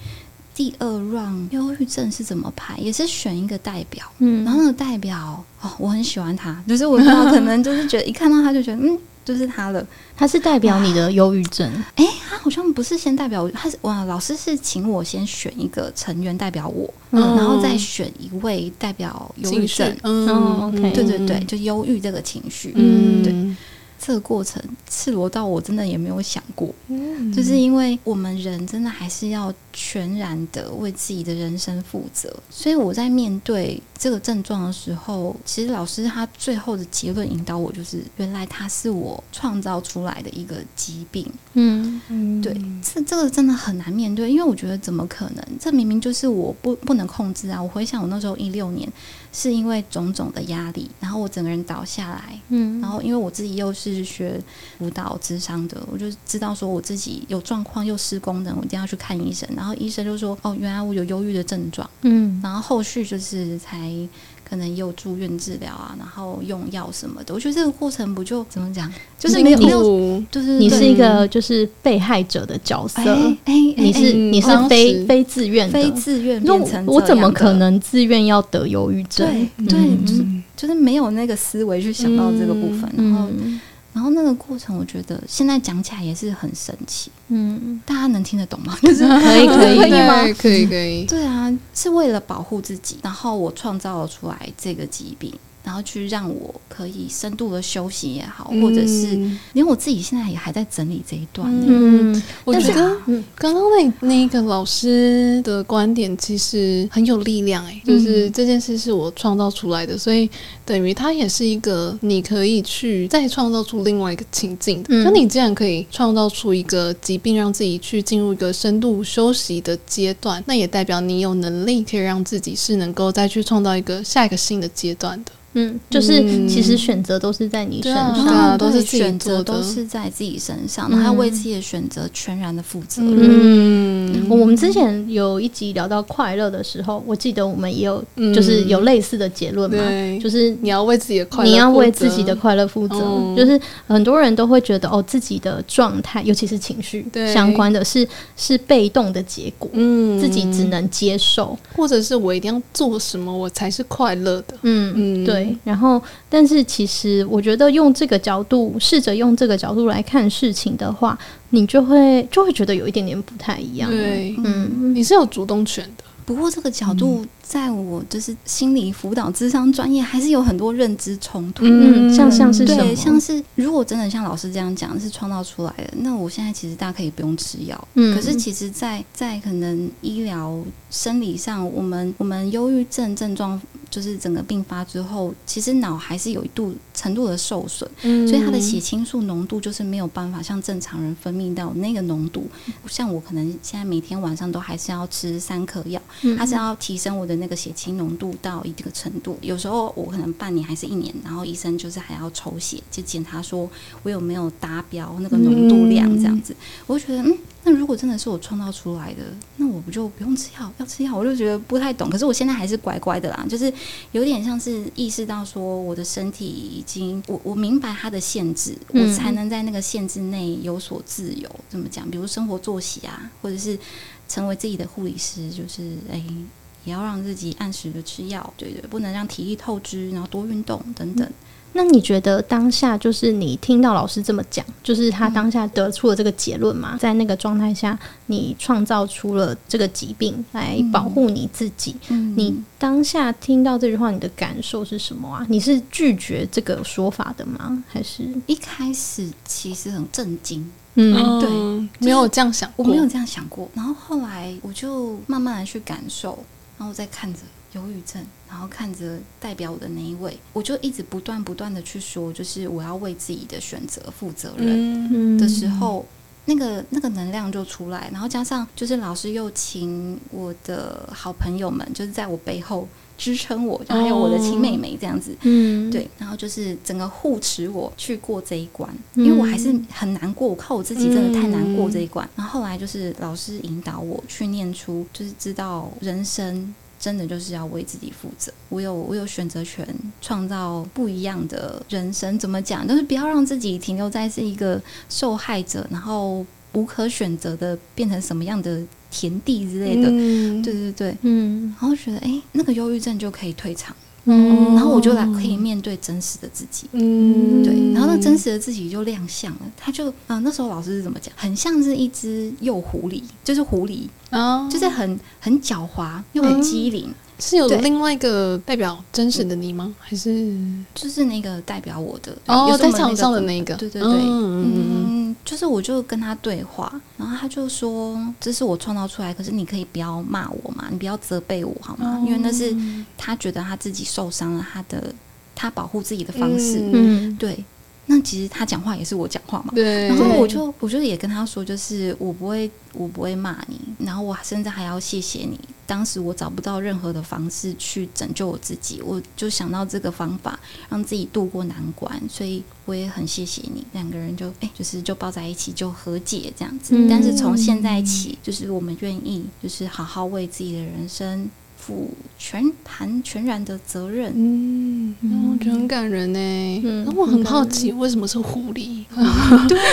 S3: 第二 round 忧郁症是怎么排，也是选一个代表。
S2: 嗯，
S3: 然后那个代表哦，我很喜欢他，就是我知道可能就是觉得一看到他就觉得嗯，就是他了。
S2: 它是代表你的忧郁症。
S3: 诶，他好像不是先代表我，他是哇，老师是请我先选一个成员代表我，
S1: 嗯
S3: 然后再选一位代表忧郁
S1: 情绪
S3: 症。，
S1: 嗯
S2: 哦，OK
S3: 对对对，，就忧郁这个情绪，
S1: 嗯，
S2: 对
S1: 嗯
S3: 这个过程赤裸到我真的也没有想过，
S1: 嗯
S3: 就是因为我们人真的还是要全然的为自己的人生负责，所以我在面对这个症状的时候，其实老师他最后的结论引导我就是，原来他是我创造出来的一个疾病，
S2: 嗯
S1: 嗯
S3: 对这这个真的很难面对，因为我觉得怎么可能？这明明就是我不不能控制啊！我回想我那时候一六年，是因为种种的压力，然后我整个人倒下来，
S2: 嗯，
S3: 然后因为我自己又是学舞蹈智商的，我就知道说我自己有状况又失功能，我一定要去看医生。然后医生就说：“哦，原来我有忧郁的症状。”
S2: 嗯
S3: 然后后续就是才可能也有住院治疗啊，然后用药什么的。我觉得这个过程不就怎么讲，就是没有没有，
S1: 有，
S3: 对对对，
S2: 你是一个就是被害者的角色
S3: 哎，哎哎，
S2: 你是
S3: 哎
S2: 你是
S1: 当
S2: 非
S1: 时
S2: 非自愿的。
S3: 非自愿
S2: 那
S3: 变
S2: 我
S3: 成
S2: 我
S3: 这
S2: 怎么
S3: 样的
S2: 可？能自愿要得忧郁症
S3: 对？对，
S2: 嗯
S3: 就是就是没有那个思维去想到这个部分，然后
S2: 嗯
S3: 然后那个过程，我觉得现在讲起来也是很神奇。
S2: 嗯，
S3: 大家能听得
S2: *laughs*
S3: 懂吗？ *laughs* 就是
S2: 可以可以，
S1: 对吗？嗯可以可以，
S3: 对啊，是为了保护自己，然后我创造了出来这个疾病，然后去让我可以深度的休息也好，或者是
S1: 嗯
S3: 连我自己现在也还在整理这一段呢、
S2: 嗯
S1: 我
S3: 但
S1: 觉
S3: 是
S1: 得
S2: 嗯
S1: 刚刚那那个老师的观点其实很有力量、欸，哎，就是这件事是我创造出来的，所以等于它也是一个你可以去再创造出另外一个情境的。
S2: 嗯
S1: 可你既然可以创造出一个疾病，让自己去进入一个深度休息的阶段，那也代表你有能力可以让自己是能够再去创造一个下一个新的阶段的。
S2: 嗯，就是
S1: 嗯
S2: 其实选择都是在你
S1: 对
S2: 身
S1: 啊
S3: 然
S1: 对
S2: 上。
S1: 啊
S3: 后
S1: 都是
S3: 对
S1: 自己
S3: 选择
S1: 做的
S3: 都是在自己身上，
S2: 嗯
S3: 然后要为自己的选择全然的负责任。
S1: 嗯
S2: 我们之前有一集聊到快乐的时候，我记得我们也有就是
S3: 嗯
S2: 有类似的结论嘛，
S1: 嗯对
S2: 就是
S1: 你要为自己的快乐，
S2: 你要为自己的。快乐负责，
S1: 嗯
S2: 就是很多人都会觉得哦，自己的状态，尤其是情绪
S1: 对
S2: 相关的是，是被动的结果，
S1: 嗯
S2: 自己只能接受。
S1: 或者是我一定要做什么，我才是快乐的。
S2: 嗯，
S1: 嗯
S2: 对。然后，但是其实我觉得用这个角度，试着用这个角度来看事情的话，你就会就会觉得有一点点不太一样。，
S1: 对，
S2: 嗯，
S1: 你是有主动权的。
S3: 不过这个角度，
S1: 嗯
S3: 在我就是心理辅导、智商专业，还是有很多认知冲突。
S2: 嗯，像像是什
S3: 对，
S2: 么？
S3: 像是如果真的像老师这样讲，是创造出来的，那我现在其实大家可以不用吃药。
S2: 嗯
S3: 可是其实在，在可能医疗生理上，我们我们忧郁症症状就是整个并发之后，其实脑还是有一度程度的受损，
S1: 嗯
S3: 所以它的血清素浓度就是没有办法像正常人分泌到那个浓度。
S2: 嗯
S3: 像我可能现在每天晚上都还是要吃三颗药，
S2: 嗯
S3: 它是要提升我的那个血清浓度到一个程度。有时候我可能半年还是一年，然后医生就是还要抽血，就检查说我有没有达标那个浓度量
S2: 嗯
S3: 这样子。我就觉得，嗯，那如果真的是我创造出来的，那我不就不用吃药？要吃药，我就觉得不太懂。可是我现在还是乖乖的啦，就是有点像是意识到说我的身体已经，我我明白它的限制，
S2: 嗯
S3: 我才能在那个限制内有所自由。怎么讲？比如生活作息啊，或者是成为自己的护理师，就是哎。也要让自己按时的吃药，对对，不能让体力透支，然后多运动等等。
S2: 那你觉得当下就是你听到老师这么讲，就是他当下得出了这个结论
S1: 嗯
S2: 嘛？在那个状态下，你创造出了这个疾病来保护你自己。
S3: 嗯
S2: 你当下听到这句话，你的感受是什么啊？你是拒绝这个说法的吗？还是
S3: 一开始其实很震惊，
S2: 嗯
S3: 对
S1: 嗯，
S3: 是
S1: 没有这样想
S3: 我
S1: 过，
S3: 没有这样想过。然后后来我就慢慢的去感受，然后再看着忧郁症，然后看着代表我的那一位，我就一直不断不断的去说，就是我要为自己的选择负责任。
S1: 嗯
S2: 嗯
S3: 的时候，那个那个能量就出来，然后加上就是老师又请我的好朋友们，就是在我背后支撑我，还有我的亲妹妹这样子。
S2: 嗯，
S3: 对，然后就是整个护持我去过这一关，因为我还是很难过，我靠我自己真的太难过这一关。然后后来就是老师引导我去念出，就是知道人生。真的就是要为自己负责，我有我有选择权，创造不一样的人生。怎么讲？就是不要让自己停留在是一个受害者，然后无可选择的变成什么样的田地之类的。
S1: 嗯
S3: 对对对，
S2: 嗯
S3: 然后觉得哎、诶那个忧郁症就可以退场。
S1: 哦
S2: 嗯
S3: 然后我就来可以面对真实的自己，
S1: 嗯
S3: 对，然后那真实的自己就亮相了。他就啊、呃那时候老师是怎么讲？很像是一只幼狐狸，就是狐狸，
S1: 啊，
S3: 就是很很狡猾又很机灵，
S1: 是有
S3: 对嗯
S1: 另外一个代表真实的你吗？还是
S3: 就是那个代表我的
S1: 哦，在场
S3: 场
S1: 上的那个，
S3: 对对对。
S1: 嗯嗯嗯
S3: 嗯，就是我就跟他对话，然后他就说：“这是我创造出来，可是你可以不要骂我嘛，你不要责备我好吗？
S1: 哦
S3: 因为那哦是他觉得他自己受伤了，他的他保护自己的方式。
S2: 嗯
S3: 对，那其实他讲话也是我讲话嘛。
S1: 对，
S3: 然后
S2: 对
S3: 我就我就也跟他说，就是我不会我不会骂你，然后我甚至还要谢谢你。当时我找不到任何的方式去拯救我自己，我就想到这个方法让自己度过难关，所以我也很谢谢你。两个人就哎、就是就抱在一起就和解这样子。
S2: 嗯
S3: 但是从现在起，就是我们愿意就是好好为自己的人生负全盘全然的责任。
S1: 嗯，嗯我觉得很感人呢。
S2: 嗯
S1: 那我很
S2: 很感人
S1: 好奇，为什么是狐狸？
S2: *laughs*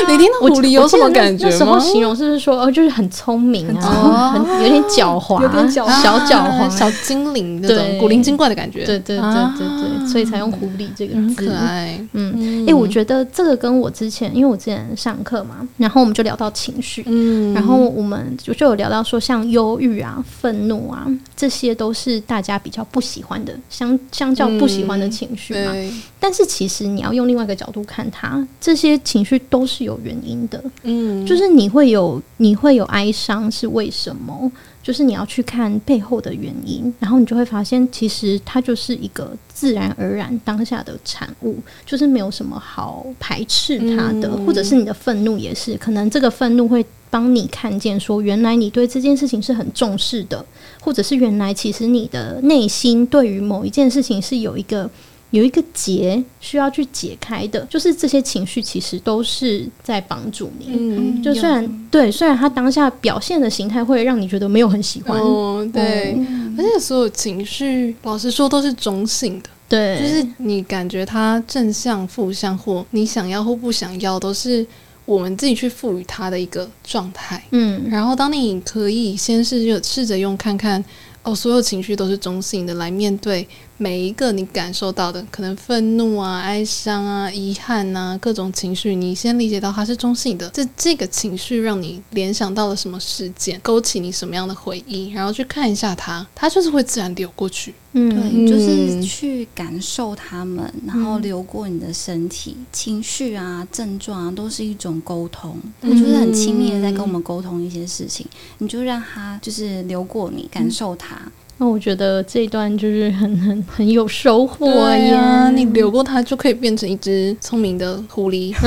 S1: 你听到狐狸
S2: 啊我
S1: 有什么
S2: 记得那
S1: 感觉
S2: 那时候
S1: 吗？哦
S2: 形容是不是说哦，就是很聪明
S1: 很
S2: 啊，
S1: 聪
S2: 很有点狡猾，
S3: 有点狡
S2: 小狡
S1: 啊
S2: 猾，
S1: 小精灵那种
S2: 对
S1: 古灵精怪的感觉，
S2: 对对对
S1: 啊
S2: 对对，所以才用狐狸这个
S1: 很
S2: 字
S1: 可。爱。
S2: 嗯，
S1: 嗯
S2: 诶，我觉得这个跟我之前，因为我之前上课嘛，然后我们就聊到情绪，
S1: 嗯
S2: 然后我们就就有聊到说，像忧郁啊、愤怒啊，这些都是大家比较不喜欢的，相相较不喜欢的情绪嘛。
S1: 嗯对，
S2: 但是其实你要用另外一个角度看它，这些情绪都是有原因的。
S1: 嗯，
S2: 就是你会有你会有哀伤是为什么？就是你要去看背后的原因，然后你就会发现，其实它就是一个自然而然当下的产物，就是没有什么好排斥它的，
S1: 嗯
S2: 或者是你的愤怒也是，可能这个愤怒会帮你看见说，原来你对这件事情是很重视的，或者是原来其实你的内心对于某一件事情是有一个有一个结需要去解开的，就是这些情绪其实都是在帮助你。
S1: 嗯，
S2: 就虽然对，虽然他当下表现的形态会让你觉得没有很喜欢，
S1: 哦，对。
S3: 嗯
S1: 而且所有情绪，老实说都是中性的，
S2: 对，
S1: 就是你感觉它正向、负向或你想要或不想要，都是我们自己去赋予它的一个状态。
S2: 嗯
S1: 然后，当你可以先试着试着用看看，哦，所有情绪都是中性的来面对每一个你感受到的，可能愤怒啊、哀伤啊、遗憾啊，各种情绪，你先理解到它是中性的。这这个情绪让你联想到了什么事件，勾起你什么样的回忆，然后去看一下它，它就是会自然流过去。
S2: 嗯，
S3: 对，就
S1: 嗯
S3: 是去感受他们，然后
S2: 嗯
S3: 流过你的身体、情绪啊、症状啊，都是一种沟通。
S1: 嗯
S3: 我就是很亲密的在跟我们沟通一些事情，你就让他就是流过你，感受他。
S2: 那我觉得这一段就是很很很有收获
S1: 对
S2: 耶。
S3: 啊
S1: 呀，你留过它就可以变成一只聪明的狐
S3: *laughs*
S1: 狸， *laughs*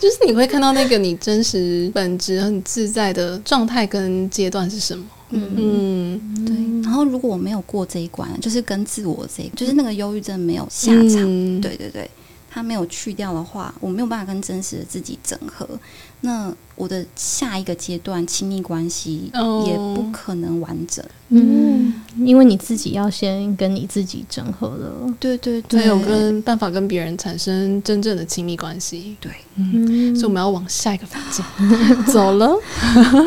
S1: 就是你会看到那个你真实本质很自在的状态跟阶段是什么。
S3: 嗯，
S1: 嗯，
S3: 对。然后如果我没有过这一关，就是跟自我这一，就是那个忧郁症没有下场。
S1: 嗯
S3: 对对对，他没有去掉的话，我没有办法跟真实的自己整合。那我的下一个阶段亲密关系
S1: 哦
S3: 也不可能完整。
S2: 嗯，因为你自己要先跟你自己整合了。
S3: 对对对，
S1: 才有跟办法跟别人产生真正的亲密关系。
S3: 对
S2: 嗯
S1: 所以我们要往下一个房间
S3: *laughs*
S1: 走了。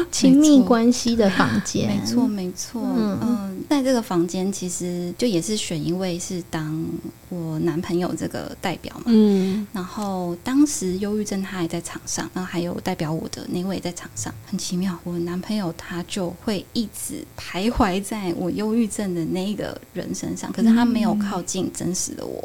S2: 亲密
S3: 没错
S2: 关系的
S3: *laughs*
S2: 房间，
S3: 没错，没错。
S2: 嗯
S3: 嗯、在这个房间其实就也是选一位是当我男朋友这个代表嘛。
S1: 嗯，
S3: 然后当时忧郁症他还在场上，然后还有代表我的那位也在场上，很奇妙。我男朋友他就会一直徘徊在我忧郁症的那一个人身
S2: 嗯
S3: 上，可是他没有靠近真实的我。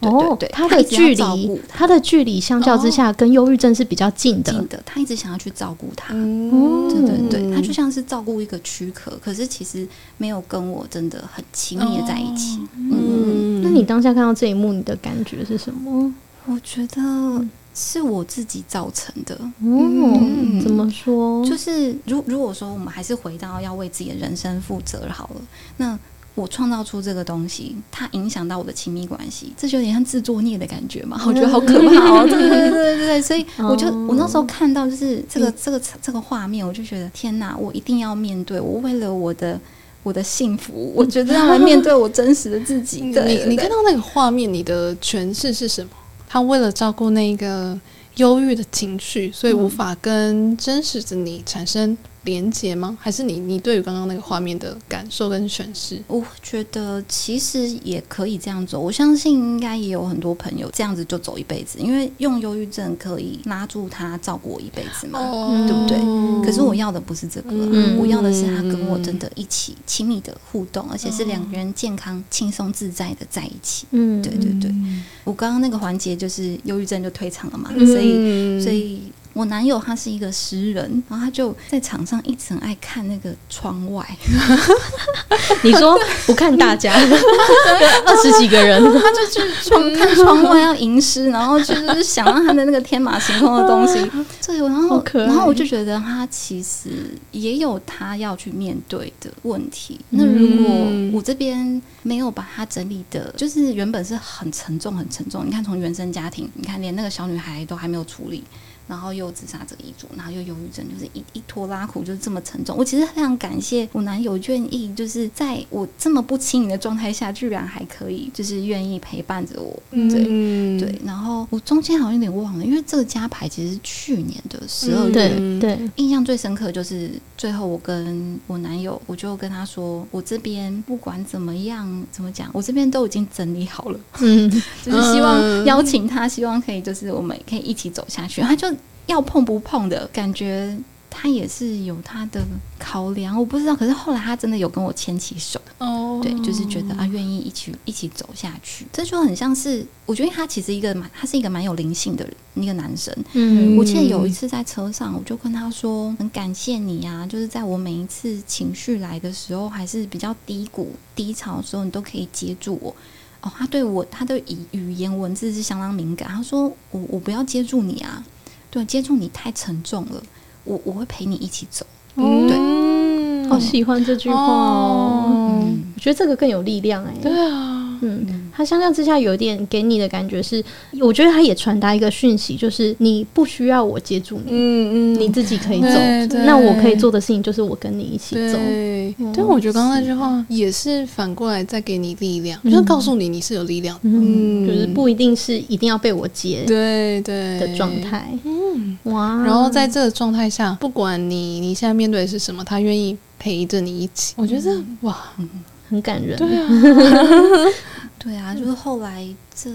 S3: 对对
S2: 哦
S3: 对，，
S2: 它
S3: 他
S2: 的
S3: 一直要
S2: 距
S3: 照顾哦
S2: 离，它的距离相较之下跟忧郁症是比较近的
S3: 近。的，他一直想要去照顾他。
S1: 嗯
S3: 对对对，他就
S1: 像
S3: 像是照顾一个躯壳，可是其实没有跟我真的很亲密的在一起。嗯，
S1: 嗯
S2: 那你当下看到这一幕，你的感觉是什么？
S3: 我觉得嗯是我自己造成的。
S2: 哦，
S3: 嗯
S2: 怎么说？
S3: 就是如如果说我们还是回到要为自己的人生负责好了，那我创造出这个东西，它影响到我的亲密关系，这就有点像自作孽的感觉嘛，我
S1: *laughs*
S3: 觉得好可怕 *laughs* 哦！对对对对对对，所以我就
S2: 哦
S3: 我那时候看到就是这个这个这个画面，我就觉得天哪，我一定要面对，我为了我的。我的幸福，我觉得要来面对我真实的
S1: *laughs*
S3: 自己。
S1: 你
S3: 对
S1: 你你看
S3: 到
S1: 到那个画面，你的诠释是什么？他为了照顾那个忧郁的情绪，所以无法跟真实的你产生连结吗？还是你你对于刚刚那个画面的感受跟诠释？
S3: 我觉得其实也可以这样走，我相信应该也有很多朋友这样子就走一辈子，因为用忧郁症可以拉住他照顾我一辈子嘛。
S1: 哦
S3: 对不对
S2: 嗯
S3: 可是我要的不是这个啊、
S1: 嗯
S3: 我要的是他跟我真的一起亲密的互动，而且是
S1: 哦
S3: 两个人健康、轻松自在的在一起。
S2: 嗯，
S3: 对对对，我刚刚那个环节就是忧郁症就退场了嘛，
S1: 嗯
S3: 所以
S1: 以
S3: 所以我男友他是一个诗人，然后他就在场上一直很爱看那个窗外，
S2: 你说不看大 *laughs* 家，二十几个人，
S3: 他就去窗看窗外要吟诗，然后就是想到他的那个天马行空的东西。 *laughs* 对，然
S2: 好
S3: 后
S2: 可爱
S3: 然后我就觉得他其实也有他要去面对的问题。那如果
S1: 嗯
S3: 我这边没有把它整理的，就是原本是很沉重、很沉重。你看，从原生家庭，你看连那个小女孩都还没有处理。然后又有自杀这个遗嘱，然后又忧郁症，就是一一拖拉苦，就是这么沉重。我其实非常感谢我男友愿意，就是在我这么不轻盈的状态下，居然还可以，就是愿意陪伴着我。对、
S1: 嗯
S3: 对，然后我中间好像有点忘了，因为这个家牌其实是去年的十二
S1: 嗯
S3: 月。
S2: 对对，
S3: 印象最深刻就是最后我跟我男友，我就跟他说，我这边不管怎么样，怎么讲，我这边都已经整理好了， *laughs*
S2: 嗯，
S3: 就是希望
S1: 嗯
S3: 邀请他，希望可以就是我们可以一起走下去。他就要碰不碰的感觉，他也是有他的考量，我不知道。可是后来他真的有跟我牵起手，
S1: 哦，
S3: 对，就是觉得啊，愿意一起一起走下去。这就很像是，我觉得他其实一个蛮，他是一个蛮有灵性的人，一个男生。
S2: 嗯
S3: 我记得有一次在车上，我就跟他说：“很感谢你啊，就是在我每一次情绪来的时候，还是比较低谷、低潮的时候，你都可以接住我。”哦，他对我，他对语语言文字是相当敏感。他说：“我我不要接住你啊，对，接住你太沉重了，我我会陪你一起走。
S1: 对
S2: 哦，好喜欢这句话哦，
S1: 哦
S3: 嗯
S2: 我觉得这个更有力量哎。
S1: 对啊，
S2: 嗯，它相较之下有一点给你的感觉是，我觉得它也传达一个讯息，就是你不需要我接住你，
S1: 嗯
S2: 你自己可以走
S1: 对。对
S2: 那我可以做的事情就是我跟你一起走。
S1: 对
S2: 嗯，
S1: 对，我觉得刚刚那句话也是反过来再给你力量，
S3: 嗯
S1: 就是告诉你你是有力量的，
S2: 嗯，
S1: 嗯
S2: 就是不一定是一定要被我接
S1: 对对
S2: 的状。态。嗯，哇，
S1: 然后在这个状态下，嗯不管你你现在面对的是什么，他愿意陪着你一起，我觉得哇，
S2: 很感人。
S1: 对啊，
S3: 对
S1: 嗯
S3: 啊，就是后来这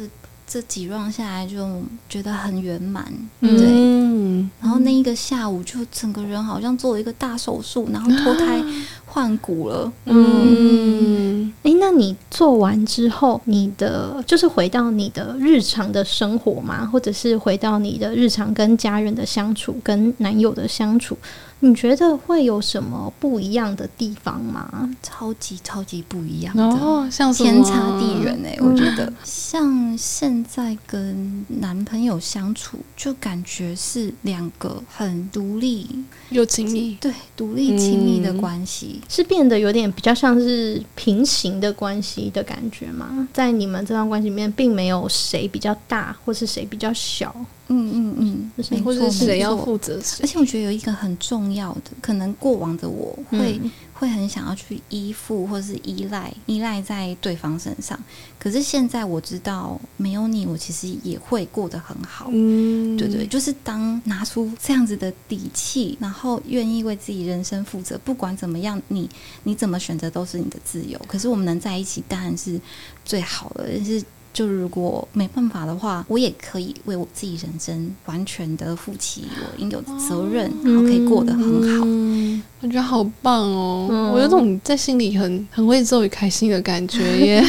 S3: 这几 round 下来，就觉得很圆满。
S1: 嗯，
S3: 然后那一个下午，就整个人好像做了一个大手术，然后脱胎
S1: 啊
S3: 换骨了。
S1: 嗯，
S2: 诶，那你做完之后，你的就是回到你的日常的生活嘛，或者是回到你的日常跟家人的相处、跟男友的相处，你觉得会有什么不一样的地方吗？
S3: 超级超级不一样的，
S1: 然后像哦什么嗯
S3: 天差地远，哎、我觉得、像现在跟男朋友相处，就感觉是两个很独立，
S1: 又亲密，
S3: 对，独立亲密的
S1: 嗯
S3: 关系。
S2: 是变得有点比较像是平行的关系的感觉吗？在你们这段关系里面，并没有谁比较大，或是谁比较小，
S3: 嗯嗯嗯，
S2: 就是
S3: 没
S1: 或
S3: 错
S1: 者是谁要
S3: 没错
S1: 负责谁
S3: 而？且我觉得有一个很重要的，可能过往的我
S2: 嗯
S3: 会、会很想要去依附或是依赖依赖在对方身上，可是现在我知道没有你，我其实也会过得很好。
S1: 嗯，
S3: 对对，，就是当拿出这样子的底气，然后愿意为自己人生负责，不管怎么样，你你怎么选择都是你的自由。可是我们能在一起，当然是最好的。但是就如果没办法的话，我也可以为我自己人生完全的负起我应有的责任，
S2: 哦
S3: 然后嗯可以过得很好。
S1: 嗯，我觉得好棒哦，
S2: 嗯
S1: 我有种在心里很很为周宇开心的感觉耶。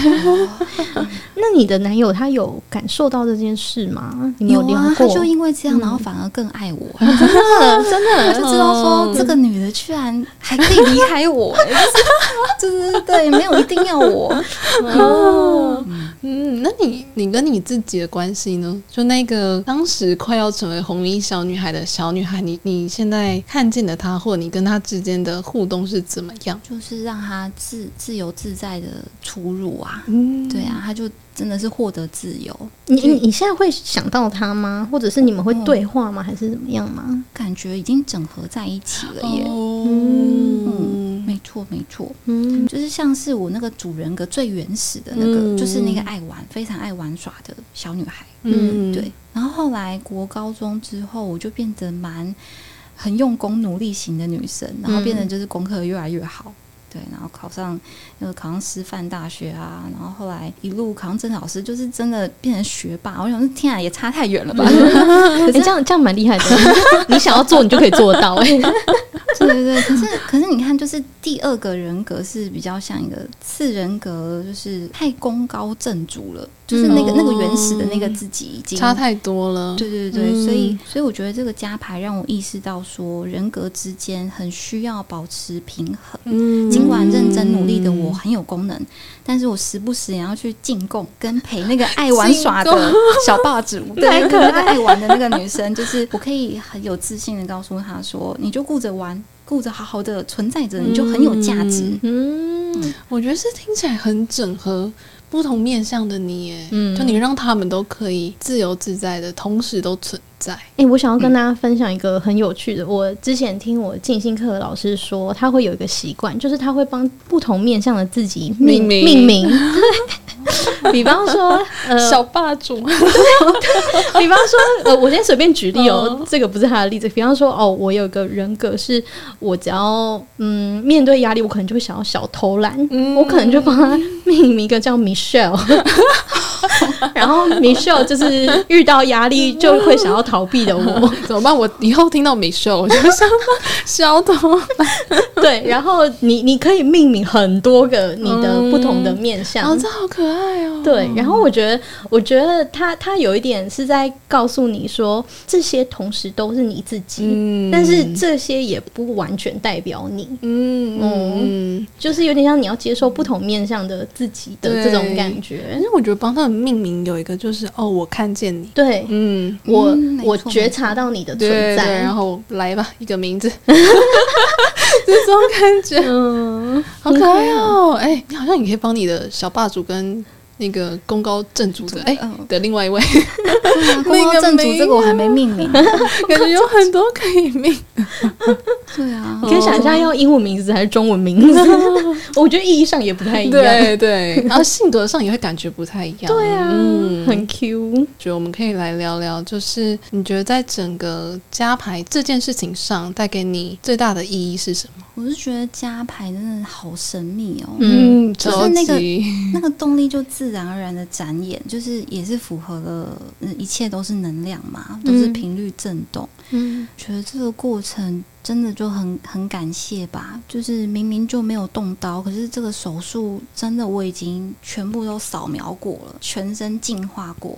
S2: 那你的男友他有感受到这件事吗？你们
S3: 有
S2: 聊 *laughs*
S3: 啊，他
S2: 过？
S3: 就因为这样，然后反而更爱我，真的真的，就知道说这个女的居然还可以离开我、欸，就是就是对，没有一定要我，
S1: 嗯，那你你跟你自己的关系呢？就那个当时快要成为红衣小女孩的小女孩，你你现在看见的她，或你跟她之间的互动是怎么样？
S3: 就是让他自自由自在的出入啊。
S1: 嗯，
S3: 对啊，他就真的是获得自由，
S2: 你你你现在会想到他吗？或者是你们会
S3: 嗯
S2: 对话吗？还是怎么样吗？
S3: 感觉已经整合在一起了耶。
S1: 哦嗯，
S3: 没错，没错，
S2: *laughs* 嗯，
S3: 就是像是我那个主人格最原始的那个，
S1: 嗯
S3: 就是那个爱玩、非常爱玩耍的小女孩。
S1: 嗯，
S3: 对，然后后来国高中之后，我就变得蛮很用功努力型的女生，然后变得就是功课越来越好。对，然后考上那个考上师范大学啊，然后后来一路考上郑老师，就是真的变成学霸。我想说，天啊，也差太远了吧？
S2: 哎、这样这样蛮厉害的， *laughs* 你想要做你就可以做得到、 *laughs* 哎，
S3: *laughs* 对对对，可是可是你看，就是第二个人格是比较像一个次人格，就是太功高震主了，就是那个、那个原始的那个自己已经
S1: 差太多了。
S3: 对对对，
S1: 嗯
S3: 所以所以我觉得这个加牌让我意识到说，人格之间很需要保持平衡。
S1: 嗯
S3: 尽管认真努力的我很有功能，但是我时不时也要去进贡跟陪那个爱玩耍的小霸主，对，
S2: 太可爱
S3: 那个爱玩的那个女生，就是我可以很有自信的告诉她说，你就顾着玩，顾着好好的存在着，你就很有价值。
S2: 嗯
S1: 我觉得是听起来很整合不同面向的你耶，
S2: 嗯
S1: 就你让他们都可以自由自在的，同时都存在。
S2: 哎、我想要跟大家分享一个很有趣的。我之前听我静心课的老师说，他会有一个习惯，就是他会帮不同面向的自己命
S1: 命名
S2: 命名。 *laughs* 比方说，呃，
S1: 小霸主，
S2: 比方说，
S1: *laughs*
S2: 呃，我先随便举例哦，
S1: 嗯
S2: 这个不是他的例子。比方说，哦，我有个人格是，我只要嗯面对压力，我可能就会想要小偷懒，
S1: 嗯
S2: 我可能就帮他命名一个叫
S1: *laughs*
S2: Michelle，然后 Michelle 就是遇到压力就会想要逃避
S1: *laughs*
S2: 的我，
S1: 怎么办？我以后听到美秀，我就想到小董。
S2: 对。然后你你可以命名很多个你的不同的面向，
S1: 哦，这好可爱哦。
S2: 对，然后我觉得，我觉得他他有一点是在告诉你说，这些同时都是你自己，
S1: 嗯
S2: 但是这些也不完全代表你，
S1: 嗯嗯嗯，
S2: 就是有点像你要接受不同面向的自己的
S1: 对
S2: 这种感
S1: 但
S2: 觉。
S1: 是我觉得帮他们命名有一个就是哦，我看见你。
S2: 对，
S1: 嗯，
S2: 我、
S3: 嗯没
S2: 我
S3: 错
S2: 觉
S3: 没
S2: 察到你的
S1: 对
S2: 存
S1: 对，
S2: 在，
S1: 然后来吧，一个
S2: *laughs*
S1: 名字，这种感觉。
S2: 嗯，
S1: 好可爱哦！哎、你好像也可以帮你的小霸主跟那个功高震主的哎、
S3: 嗯
S1: 的另外
S2: *laughs*
S1: 一位，
S3: 对啊，公
S1: 那
S3: 高
S1: 个
S3: 正主
S1: 没
S3: 这个我还没命名。
S1: 感觉有很多可以
S2: *laughs*
S1: 命。
S3: 对啊
S2: 你，可以想象要英文名字还是中文名
S1: *laughs*
S2: 字，我觉得意义上也不太一样。
S1: 对对，然后性格上也会感觉不太一样。
S2: 对啊，
S1: 嗯，
S2: 很 Q。
S1: 觉得我们可以来聊聊，就是你觉得在整个加牌这件事情上带给你最大的意义是什么？
S3: 我是觉得家排真的好神秘哦，
S1: 嗯，
S3: 就是
S1: 着
S3: 那个
S1: 急
S3: 那个动力就自然而然的展演，就是也是符合了，嗯一切都是能量嘛，都是
S2: 嗯
S3: 频率震动。
S2: 嗯
S3: 觉得这个过程真的就很很感谢吧，就是明明就没有动刀，可是这个手术真的我已经全部都扫描过了，全身净化过。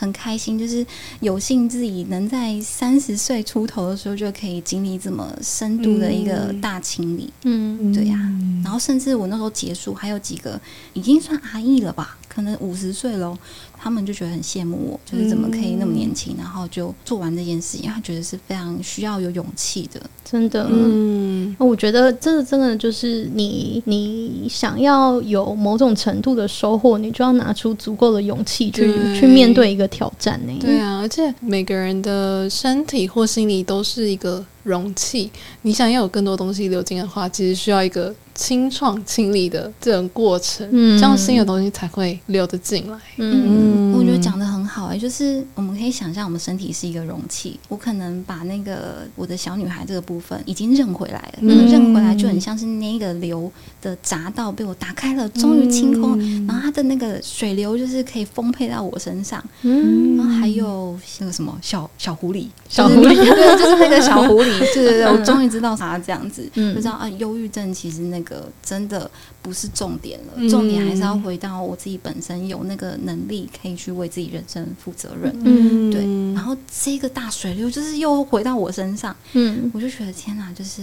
S3: 很开心，就是有幸自己能在三十岁出头的时候就可以经历这么深度的一个
S1: 嗯
S3: 大清理，
S2: 嗯
S3: 对呀、
S1: 嗯
S3: 然后甚至我那时候结束，还有几个已经算阿姨了吧，可能五十岁喽，他们就觉得很羡慕我，就是怎么可以那么年轻，
S1: 嗯
S3: 然后就做完这件事情，他觉得是非常需要有勇气的。
S2: 真的。
S1: 嗯，
S2: 我觉得这个真的就是你，你想要有某种程度的收获，你就要拿出足够的勇气去
S1: 对
S2: 去面对一个挑战欸呢、
S1: 对啊，而且每个人的身体或心理都是一个容器，你想要有更多东西流进的话，其实需要一个清创清理的这种过程，
S2: 嗯
S1: 这样新的东西才会流得进来。
S2: 嗯
S1: 嗯
S3: 我觉得讲的很好哎、就是我们可以想象我们身体是一个容器，我可能把那个我的小女孩这个部分已经认回来了，那个
S1: 嗯
S3: 认回来就很像是那个流的闸道被我打开了，终于清
S1: 嗯
S3: 空了，然后它的那个水流就是可以丰沛到我身上。
S2: 嗯，
S3: 然后还有那个什么小小狐狸，
S2: 小
S3: 狐狸，对，就是那个小狐
S2: *laughs*
S3: 狸，对对对，我终于知道啥这样子，
S2: 嗯
S3: 就知道啊，忧郁症其实那个真的不是重点了，
S1: 嗯
S3: 重点还是要回到我自己本身有那个能力，可以去为自己人生负责任。
S2: 嗯
S3: 对，然后这个大水流就是又回到我身上，
S2: 嗯，
S3: 我就觉得天哪，就是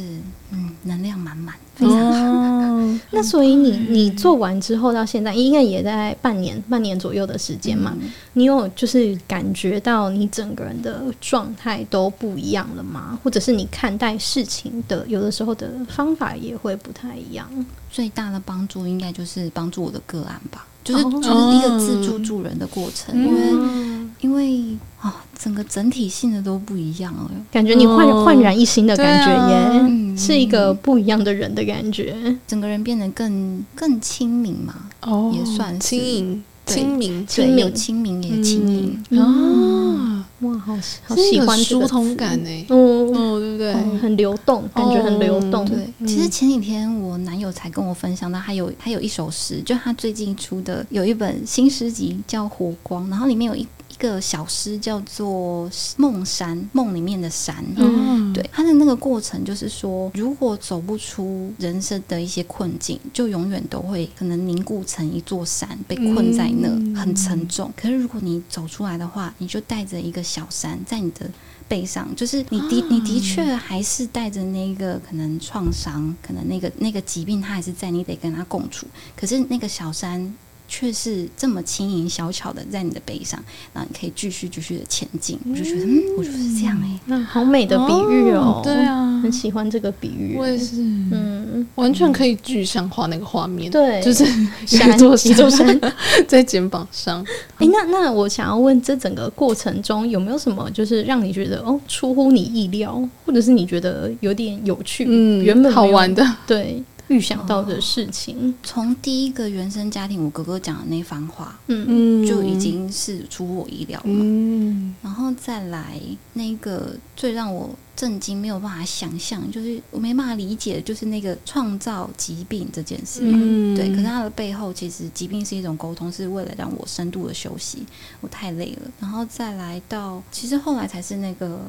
S3: 嗯，能量满满，非常好。
S2: 哦，那所以你你做完之后到现在，应该也在半年半年左右的时间嘛，
S3: 嗯
S2: 你有就是感觉到你整个人的状态都不一样了吗？或者是你看待事情的有的时候的方法也会不太一样？
S3: 最大的帮助应该就是帮助我的个案吧，就是
S2: 哦
S3: 就是一个自助助人的过程，因为
S1: 嗯
S3: 因为啊、整个整体性的都不一样了。
S2: 感觉你焕
S1: 哦
S2: 焕然一新的感觉
S1: 对啊
S2: 耶，
S3: 嗯，
S2: 是一个不一样的人的感觉。
S3: 整个人变得更更亲民嘛，
S1: 哦
S3: 也算是
S1: 轻盈，
S3: 对
S1: 轻盈，
S3: 对
S2: 亲民
S3: 有亲民也轻盈。
S1: 嗯啊，
S2: 哇，好哦好
S1: 是一
S2: 喜
S1: 个
S2: 欢这
S1: 疏
S2: 个
S1: 通
S2: 词
S1: 感，诶，
S2: 嗯，
S1: 哦，对不对？
S2: 嗯很流动，感觉很流动，
S3: 对，
S1: 嗯
S3: 其实前几天我男友才跟我分享到，他有他有一首诗，就他最近出的有一本新诗集叫《火光》，然后里面有一一个小诗叫做《梦山》，梦里面的山。
S1: 哦
S2: 嗯
S3: 对，他的那个过程就是说，如果走不出人生的一些困境，就永远都会可能凝固成一座山，被困在那，
S1: 嗯
S3: 很沉重。可是如果你走出来的话，你就带着一个小山在你的。背上就是你的，你的确还是带着那个可能创伤，可能那个那个疾病，它还是在，你得跟它共处。可是那个小山却是这么轻盈小巧的在你的背上，然后你可以继续继续的前进。我就觉得，嗯，我就是这样哎、
S2: 那好美的比喻哦，
S1: 对，啊
S2: 很，喜欢这个比喻
S1: 我，也是，
S2: 嗯，
S1: 完全可以具象化那个画面， *laughs*
S2: 对，
S1: 就是
S2: 山
S1: 一座山
S2: 一座山。
S1: *laughs* 在肩膀上，
S2: 哎，那那我想要问，这整个过程中有没有什么就是让你觉得哦出乎你意料，或者是你觉得有点有趣，
S1: 嗯，
S2: 原本没有
S1: 好玩的，
S2: 对预想到的事情，
S3: 从第一个原生家庭，我哥哥讲的那番话，
S2: 嗯
S1: 嗯
S3: 就已，经是出乎我意料了嘛。
S1: 嗯，
S3: 然后再来那个最让我震惊、没有办法想象，就是我没办法理解，就是那个创造疾病这件事嘛。
S1: 嗯
S3: 对，可是它的背后其实疾病是一种沟通，是为了让我深度的休息，我太累了。然后再来到，其实后来才是那个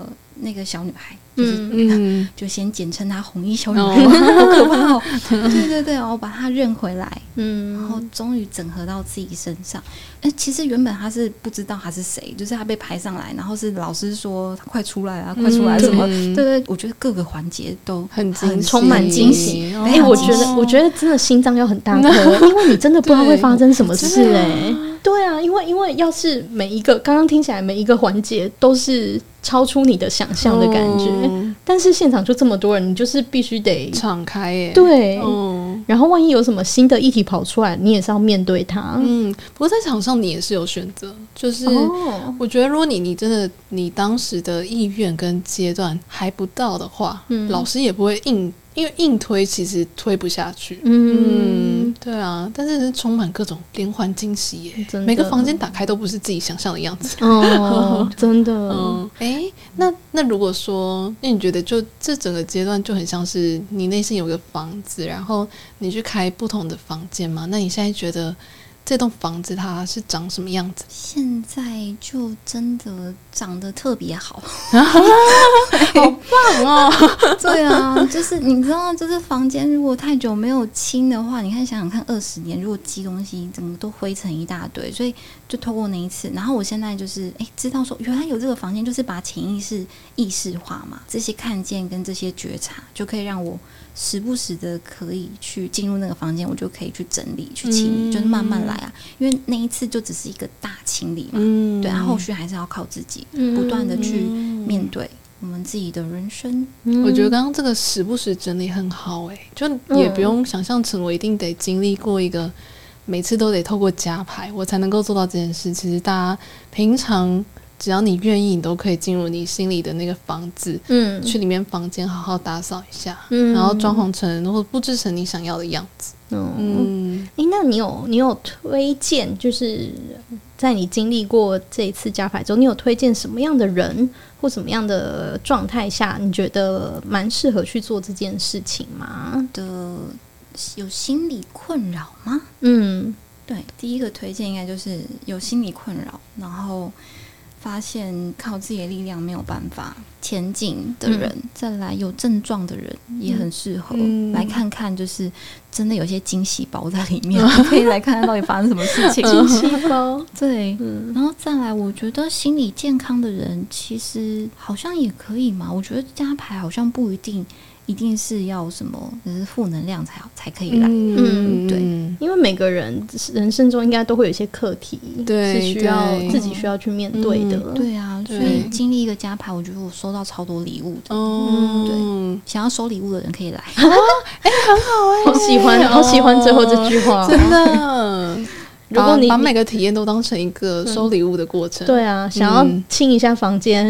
S3: 那个小女孩，就是
S2: 嗯
S1: 嗯，
S3: 就先简称她红衣小女
S1: 哦
S3: 孩， *laughs* 好可
S1: *laughs*
S3: 怕哦！对对对，然后我把她认回来，然后
S2: 嗯，
S3: 终于整合到自己身上。哎、其实原本他是不知道他是谁，就是他被排上来，然后是老师说他快出来啊，快出来什么？
S1: 嗯
S3: 对对，我觉得各个环节都
S1: 很惊喜，
S2: 充满惊喜
S1: 哦，
S2: 哎、我觉得，我觉得真的心脏要很大颗，因 *laughs* 为你真的不知道会发生什么事
S1: 对
S2: 哎、对啊，因为因为要是每一个刚刚听起来每一个环节都是超出你的想象的感觉，
S1: 哦
S2: 但是现场就这么多人，你就是必须得
S1: 敞开耶，，
S2: 对、
S1: 嗯
S2: 然后万一有什么新的议题跑出来，你也是要面对它。
S1: 嗯，不过在场上你也是有选择，就是。
S2: 啊哦，
S1: 我觉得，如果你你真的你当时的意愿跟阶段还不到的话，
S2: 嗯
S1: 老师也不会硬因为硬推其实推不下去。
S2: 嗯
S1: 嗯，对啊，但是是充满各种连环惊喜耶
S2: 真，的
S1: 每个房间打开都不是自己想象的样子。 *laughs*
S2: 哦，真的，
S1: 嗯，哎、那那如果说，那你觉得就这整个阶段就很像是你内心有个房子，然后你去开不同的房间嘛？那你现在觉得这栋房子它是长什么样子？
S3: 现在就真的长得特别好，
S1: 棒哦！
S3: 对啊，就是你知道，就是房间如果太久没有清的话，你看想想看，二十年如果积东西，怎么都灰尘一大堆，所以就透过那一次，然后我现在就是哎、知道说原来有这个房间，就是把潜意识意识化嘛，这些看见跟这些觉察，就可以让我时不时的可以去进入那个房间，我就可以去整理、去清理，
S1: 嗯
S3: 就是慢慢来啊，因为那一次就只是一个大清理嘛，
S1: 嗯
S3: 对，然后后续还是要靠自己
S2: 嗯
S3: 不断的去面
S1: 嗯
S3: 对我们自己的人生。
S2: 嗯
S1: 我觉得刚刚这个时不时整理很好哎、就也不用想象成我一定得经历过一个每次都得透过加牌我才能够做到这件事。其实大家平常只要你愿意，你都可以进入你心里的那个房子，
S2: 嗯
S1: 去里面房间好好打扫一下，
S2: 嗯
S1: 然后装潢成或布置成你想要的样子。
S2: 嗯，
S1: 嗯，
S2: 诶，那你有你有推荐，就是在你经历过这一次加法之后，你有推荐什么样的人或什么样的状态下，你觉得蛮适合去做这件事情吗？
S3: 的有心理困扰吗？
S2: 嗯
S3: 对，第一个推荐应该就是有心理困扰，然后发现靠自己的力量没有办法前进的人，再来有症状的人也很适合、
S1: 嗯
S3: 来看看，就是真的有些惊喜包在里面，可以来看看到底发生什么事情。
S2: 细胞，
S3: 对，
S2: 嗯
S3: 然后再来，我觉得心理健康的人其实好像也可以嘛。我觉得加牌好像不一定一定是要什么，只是负能量才好才可以来。
S1: 嗯对。
S2: 因为每个人人生中应该都会有一些课题，
S1: 对
S2: 是需要
S1: 对嗯
S2: 自己需要去面对的。
S3: 对啊，所
S1: 对
S3: 以经历一个加牌，我觉得我收到超多礼
S2: 嗯
S3: 物的。
S1: 哦，
S3: 想要收礼物的人
S2: *laughs*
S3: 可以来，
S2: 好欸喜欢，
S1: *laughs*
S2: 好喜欢最后这句 *laughs* 话。
S1: 真 *laughs* 的。
S2: 如果你
S1: 把把每个体验都当成一个收礼物的过程，
S2: 对啊，想要
S1: 嗯
S2: 清一下
S1: *laughs*
S2: 房间，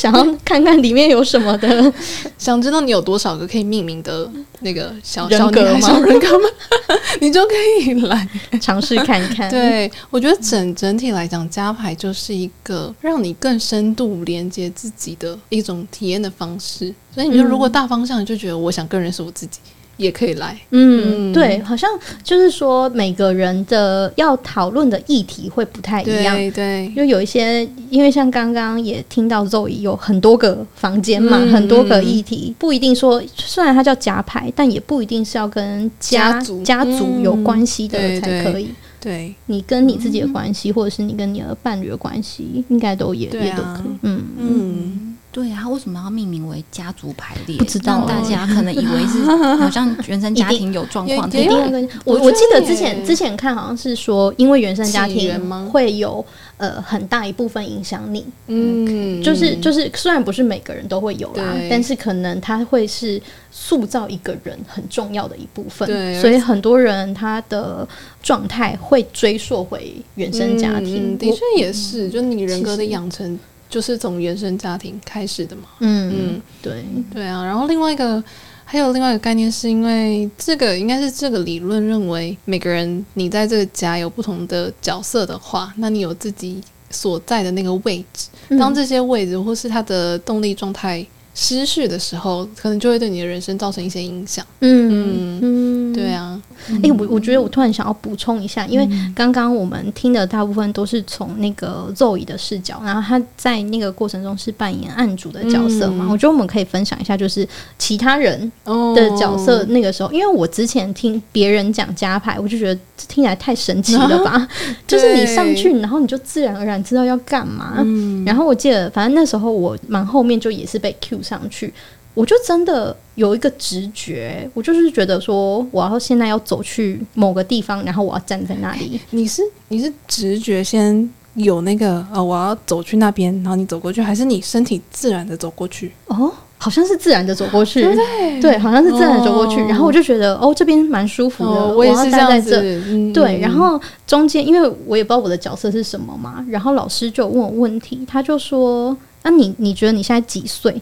S2: 想要看看里面有什么的，
S1: 想知道你有多少个可以命名的那个小
S2: 人
S1: 小女
S2: 格
S1: 孩、
S2: 吗
S1: 小人格吗？ *laughs* 你就可以来。
S2: *laughs* 尝试看看。，
S1: 对，我觉得整整体来讲，加牌就是一个让你更深度连接自己的一种体验的方式。所以你就
S2: 嗯
S1: 如果大方向你就觉得我想更认识我自己，也可以来。
S2: 嗯，
S1: 嗯
S2: 对，好像就是说每个人的要讨论的议题会不太一样。
S1: 对对，
S2: 就有一些，因为像刚刚也听到 Zoe 有很多个房间嘛，
S1: 嗯
S2: 很多个议题，不一定说，虽然它叫家牌，但也不一定是要跟家
S1: 家族
S2: 家族有关系的
S1: 嗯
S2: 才
S1: 对
S2: 可以。
S1: 对，
S2: 你跟你自己的关系，或者是你跟你的伴侣的关系，应该都也、
S1: 对
S2: 也
S1: 啊
S2: 都可以。嗯，
S1: 嗯，
S3: 对啊，他为什么要命名为家族排列？
S2: 不知道
S3: 让大家可能以为是好像原生家庭有状况，
S1: 也
S2: 一
S1: 也
S2: 定
S1: 有
S2: 要跟我
S1: 哎我
S2: 我记得
S1: 觉得
S2: 之前
S1: 耶
S2: 之前看好像是说，因为原生家
S1: 起
S2: 庭
S1: 源吗
S2: 会有呃很大一部分影响你，
S1: 嗯，
S2: 就是就是虽然不是每个人都会有啦，
S1: 对
S2: 但是可能它会是塑造一个人很重要的一部分，
S1: 对
S2: 所以很多人他的状态会追溯回原生家
S1: 嗯
S2: 庭
S1: 嗯，的
S2: 我
S1: 确也是，就你人格的养成就是从原生家庭开始的嘛。
S2: 嗯
S1: 嗯，
S2: 对，
S1: 对啊，然后另外一个还有另外一个概念，是因为这个应该是这个理论认为，每个人你在这个家有不同的角色的话，那你有自己所在的那个位置，
S2: 嗯
S1: 当这些位置或是它的动力状态失序的时候，可能就会对你的人生造成一些影响。
S2: 嗯嗯嗯
S1: 对。啊，嗯
S2: 哎、
S3: 嗯
S2: 我我觉得我突然想要补充一下，因为刚刚我们听的大部分都是从那个 Zoe 的视角，然后他在那个过程中是扮演案主的角色嘛，
S1: 嗯
S2: 我觉得我们可以分享一下，就是其他人
S1: 哦
S2: 的角色那个时候，因为我之前听别人讲加牌，我就觉得这听起来太神奇
S1: *laughs*
S2: 了吧，就是你上去，然后你就自然而然知道要干嘛。
S1: 嗯
S2: 然后我记得，反正那时候我蛮后面就也是被 Q 上去，我就真的有一个直觉，我就是觉得说，我要现在要走去某个地方，然后我要站在那里。
S1: 你是你是直觉先有那个呃，我要走去那边，然后你走过去，还是你身体自然的走过去？
S2: 哦，好像是自然的走过去，
S1: 对
S2: 对，好像是自然的走过去。
S1: 哦
S2: 然后我就觉得，哦，这边蛮舒服的，
S1: 哦，
S2: 我
S1: 也是
S2: 要
S1: 这
S2: 待在
S1: 样子
S2: 这。。
S1: 嗯
S2: 对，
S1: 嗯
S2: 然后中间因为我也不知道我的角色是什啊么嘛，然后老师就问我问题，他就说：“那、你你觉得你现在几岁？”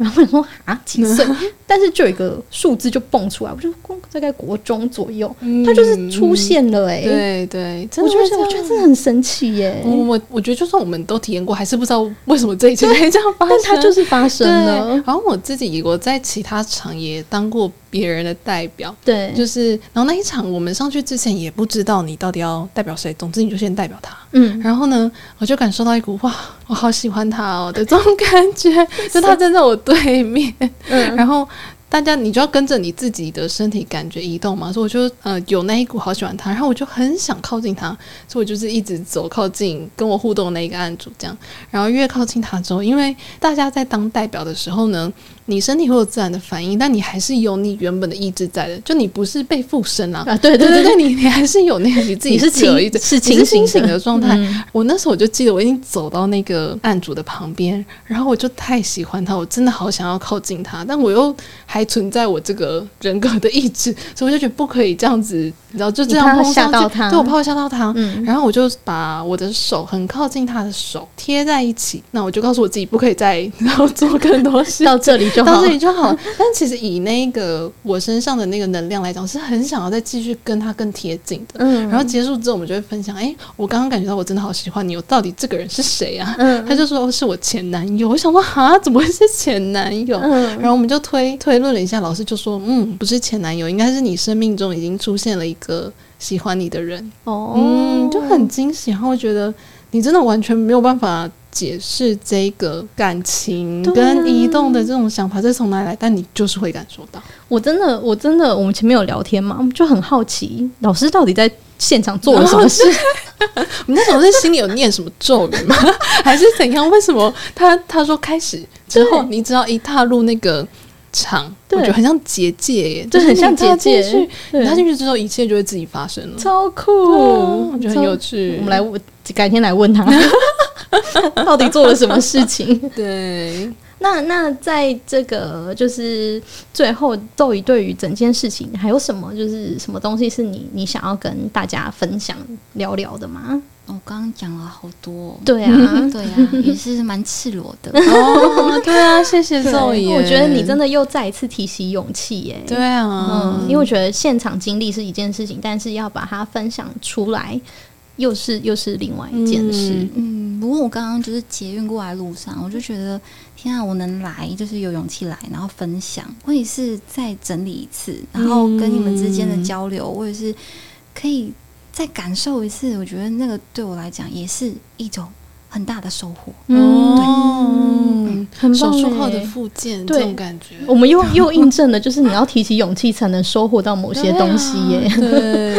S2: 然后我想说啊几岁？ *laughs* 但是就有一个数字就蹦出来，我就大概国中左右，它就是出现了哎、
S1: 嗯对对，真
S2: 我
S1: 的
S2: 就
S1: 会
S2: 觉
S1: 这
S2: 得，我觉得
S1: 样哦
S2: 真的很神奇耶、
S1: 我我我觉得，就算我们都体验过，还是不知道为什么这一切会这样发生。
S2: 但它就是发生
S1: 对，
S2: 了
S1: 然，后我自己我在其他场也当过别人的代表，
S2: 对，
S1: 就是然后那一场我们上去之前也不知道你到底要代表谁，总之你就先代表他。
S2: 嗯，
S1: 然后呢，我就感受到一股哇，我好喜欢他哦的这种感
S2: *laughs*
S1: 觉，就他站在我对面，
S2: 嗯
S1: 然后大家你就要跟着你自己的身体感觉移动嘛，所以我就呃有那一股好喜欢他，然后我就很想靠近他，所以我就是一直走靠近跟我互动的那一个案主这样，然后越靠近他之后，因为大家在当代表的时候呢，你身体会有自然的反应，但你还是有你原本的意志在的，就你不是被附身啊。
S2: 啊，对
S1: 对对
S2: 对
S1: 对，，你你还是有那个你自己
S2: 你是
S1: 自由
S2: 清
S1: 意志
S2: 是
S1: 你
S2: 清
S1: 是清
S2: 醒
S1: 醒
S2: 的嗯
S1: 的状态，我那时候我就记得，我已经走到那个案主的旁边，然后我就太喜欢他，我真的好想要靠近他，但我又还存在我这个人格的意志，所以我就觉得不可以这样子，你知道，就这样
S2: 你怕
S1: 碰上
S2: 吓到
S1: 去
S2: 他
S1: 对我怕我吓到他。
S2: 嗯
S1: 然后我就把我的手很靠近他的手贴在一起，那我就告诉我自己不可以再然后做更多
S2: *laughs*
S1: 事，
S2: 嗯到这里就好
S1: 到，这里就好了。但其实以那个我身上的那个能量来讲，是很想要再继续跟他更贴近的。
S2: 嗯
S1: 然后结束之后，我们就会分享，哎、我刚刚感觉到我真的好喜欢你，我到底这个人是谁啊？ *laughs*
S2: 嗯
S1: 他就说哦是我前男友，我想说哈，怎么会是前男友？
S2: 嗯
S1: 然后我们就推推论了一下，老师就说，嗯，不是前男友，应该是你生命中已经出现了一个喜欢你的人，
S2: 哦
S1: 嗯，就很惊喜，然后我觉得你真的完全没有办法解释这个感情
S2: 对啊
S1: 跟移动的这种想法是从哪里来，但你就是会感受到。
S2: 我真的，我真的，我们前面有聊天嘛，我们就很好奇，老师到底在现场做了什
S1: *laughs*
S2: 么事？
S1: 你那时候是心里有念什么咒语吗？ *laughs* 还是怎样？为什么他他说开始之后，
S2: 对
S1: 你只要一踏入那个场，我
S2: 对
S1: 觉得很像结界耶，
S2: 就是很像
S1: 你踏
S2: 结界
S1: 进去
S2: 对
S1: 你踏进去之后，一切就会自己发生了。
S2: 超酷
S1: 哦，我觉得很有趣。
S2: 我们来问，改天来问他， *laughs* 到底做了什么事情？ *laughs*
S1: 对，
S2: 那那在这个就是最后，豆姨对于整件事情还有什么就是什么东西是你你想要跟大家分享聊聊的吗？
S1: 嗯
S3: 我刚刚讲了好多、哦，
S1: *laughs*
S2: 对啊，
S3: 对呀、啊，也是蛮赤裸的。
S1: *laughs* 哦，对啊，谢谢
S2: 对
S1: 宋爷，
S2: 我觉得你真的又再一次提起勇气耶、
S1: 对啊，
S2: 嗯，因为我觉得现场经历是一件事情，但是要把它分享出来，又是又是另外一件事。
S1: 嗯
S3: 嗯，不过我刚刚就是捷运过来路上，我就觉得天啊，我能来就是有勇气来，然后分享，我也是再整理一次，然后跟你们之间
S1: 嗯
S3: 的交流，我也是可以再感受一次。我觉得那个对我来讲也是一种很大的收获。
S2: 嗯
S1: 哦，
S2: 很
S1: 手
S2: 棒
S1: 术
S2: 耶
S1: 后的附件
S2: 嗯对啊
S1: 这种感觉，
S2: 我们又又印证了，就是你要提起勇气才能收获到某些东西耶、
S1: 对啊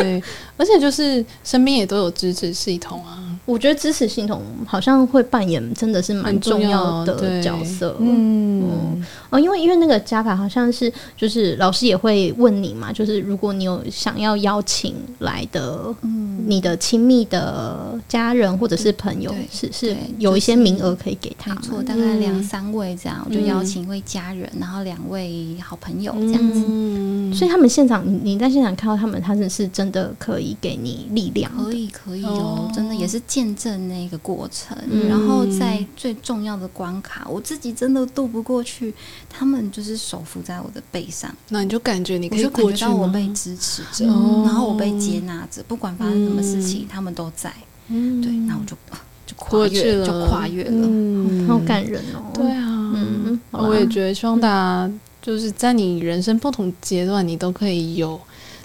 S1: 对，而且就是身边也都有支持系统啊。
S2: 我觉得支持系统好像会扮演真的是蛮重要
S1: 很重要
S2: 的
S1: 对
S2: 角色。
S1: 嗯，
S2: 哦，因为因为那个加法好像是就是老师也会问你嘛，就是如果你有想要邀请来的，
S3: 嗯
S2: 你的亲密的家人或者是朋友
S3: 对，
S2: 是是
S3: 对
S2: 有一些
S3: 就是
S2: 名额可以给他
S3: 没
S2: 们。
S3: 错，大概两
S1: 嗯
S3: 三位这样，我就邀请一位家人，然后两位好朋友这样子。
S1: 嗯
S2: 所以他们现场，你你在现场看到他们，他们是真的可以给你力量
S3: 可
S2: 的。
S3: 以，可以
S1: 哦
S3: 哦，真的也是见证那个过程。
S2: 嗯
S3: 然后在最重要的关卡，我自己真的渡不过去，他们就是手扶在我的背上，
S1: 那你就感觉你
S3: 我
S1: 可以
S3: 就感
S1: 过
S3: 觉
S1: 去
S3: 到我
S1: 吗
S3: 被支持着，
S1: 哦
S3: 然后我被接纳着，不管发生什么事情，他们都在。
S1: 嗯
S3: 对，那我就啊就跨
S1: 过去
S3: 越，
S1: 了，
S3: 就跨越了。
S1: 嗯
S2: 好感人哦。
S1: 对，啊，
S2: 嗯，好啦
S1: 我也觉得希望大家就是在你人生不同阶段，你都可以有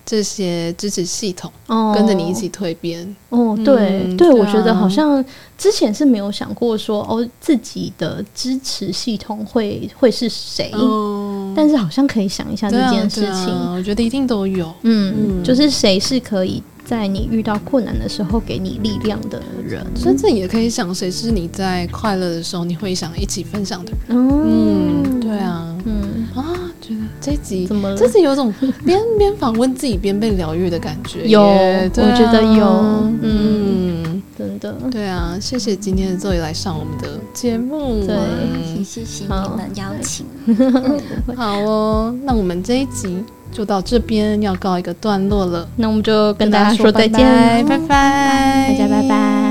S1: 这些支持系统
S2: 哦
S1: 跟着你一起蜕变。
S2: 哦，
S1: 嗯
S2: 对、对，
S1: 对啊
S2: 我觉得好像之前是没有想过说哦，自己的支持系统会会是谁、
S1: 嗯，
S2: 但是好像可以想一下这
S1: 对啊
S2: 件事
S1: 对
S2: 情。
S1: 啊我觉得一定都有。
S2: 嗯，
S1: 嗯
S2: 就是谁是可以在你遇到困难的时候给你力量的人。
S1: 甚至也可以想，谁是你在快乐的时候你会想一起分享的人。嗯，
S2: 嗯，
S1: 对，啊，
S2: 嗯，
S1: 啊，觉得这一集
S2: 怎么了
S1: 这集有种
S2: *laughs*
S1: 边边访问自己边被疗愈的感觉耶。
S2: 有
S1: 对啊
S2: 我觉得有嗯
S1: 嗯，
S2: 真的。
S1: 对啊，谢谢今天的周宇来上我们的节目。
S2: 对
S3: 很
S1: 嗯
S3: 谢谢你
S2: 好
S3: 们邀请，
S1: 好哦，那我们这一集就到这边要告一个段落了，
S2: 那我们就跟大家说
S1: 说
S2: 再见
S1: 拜
S2: 喽，
S1: 拜，拜拜，
S2: 大家拜拜。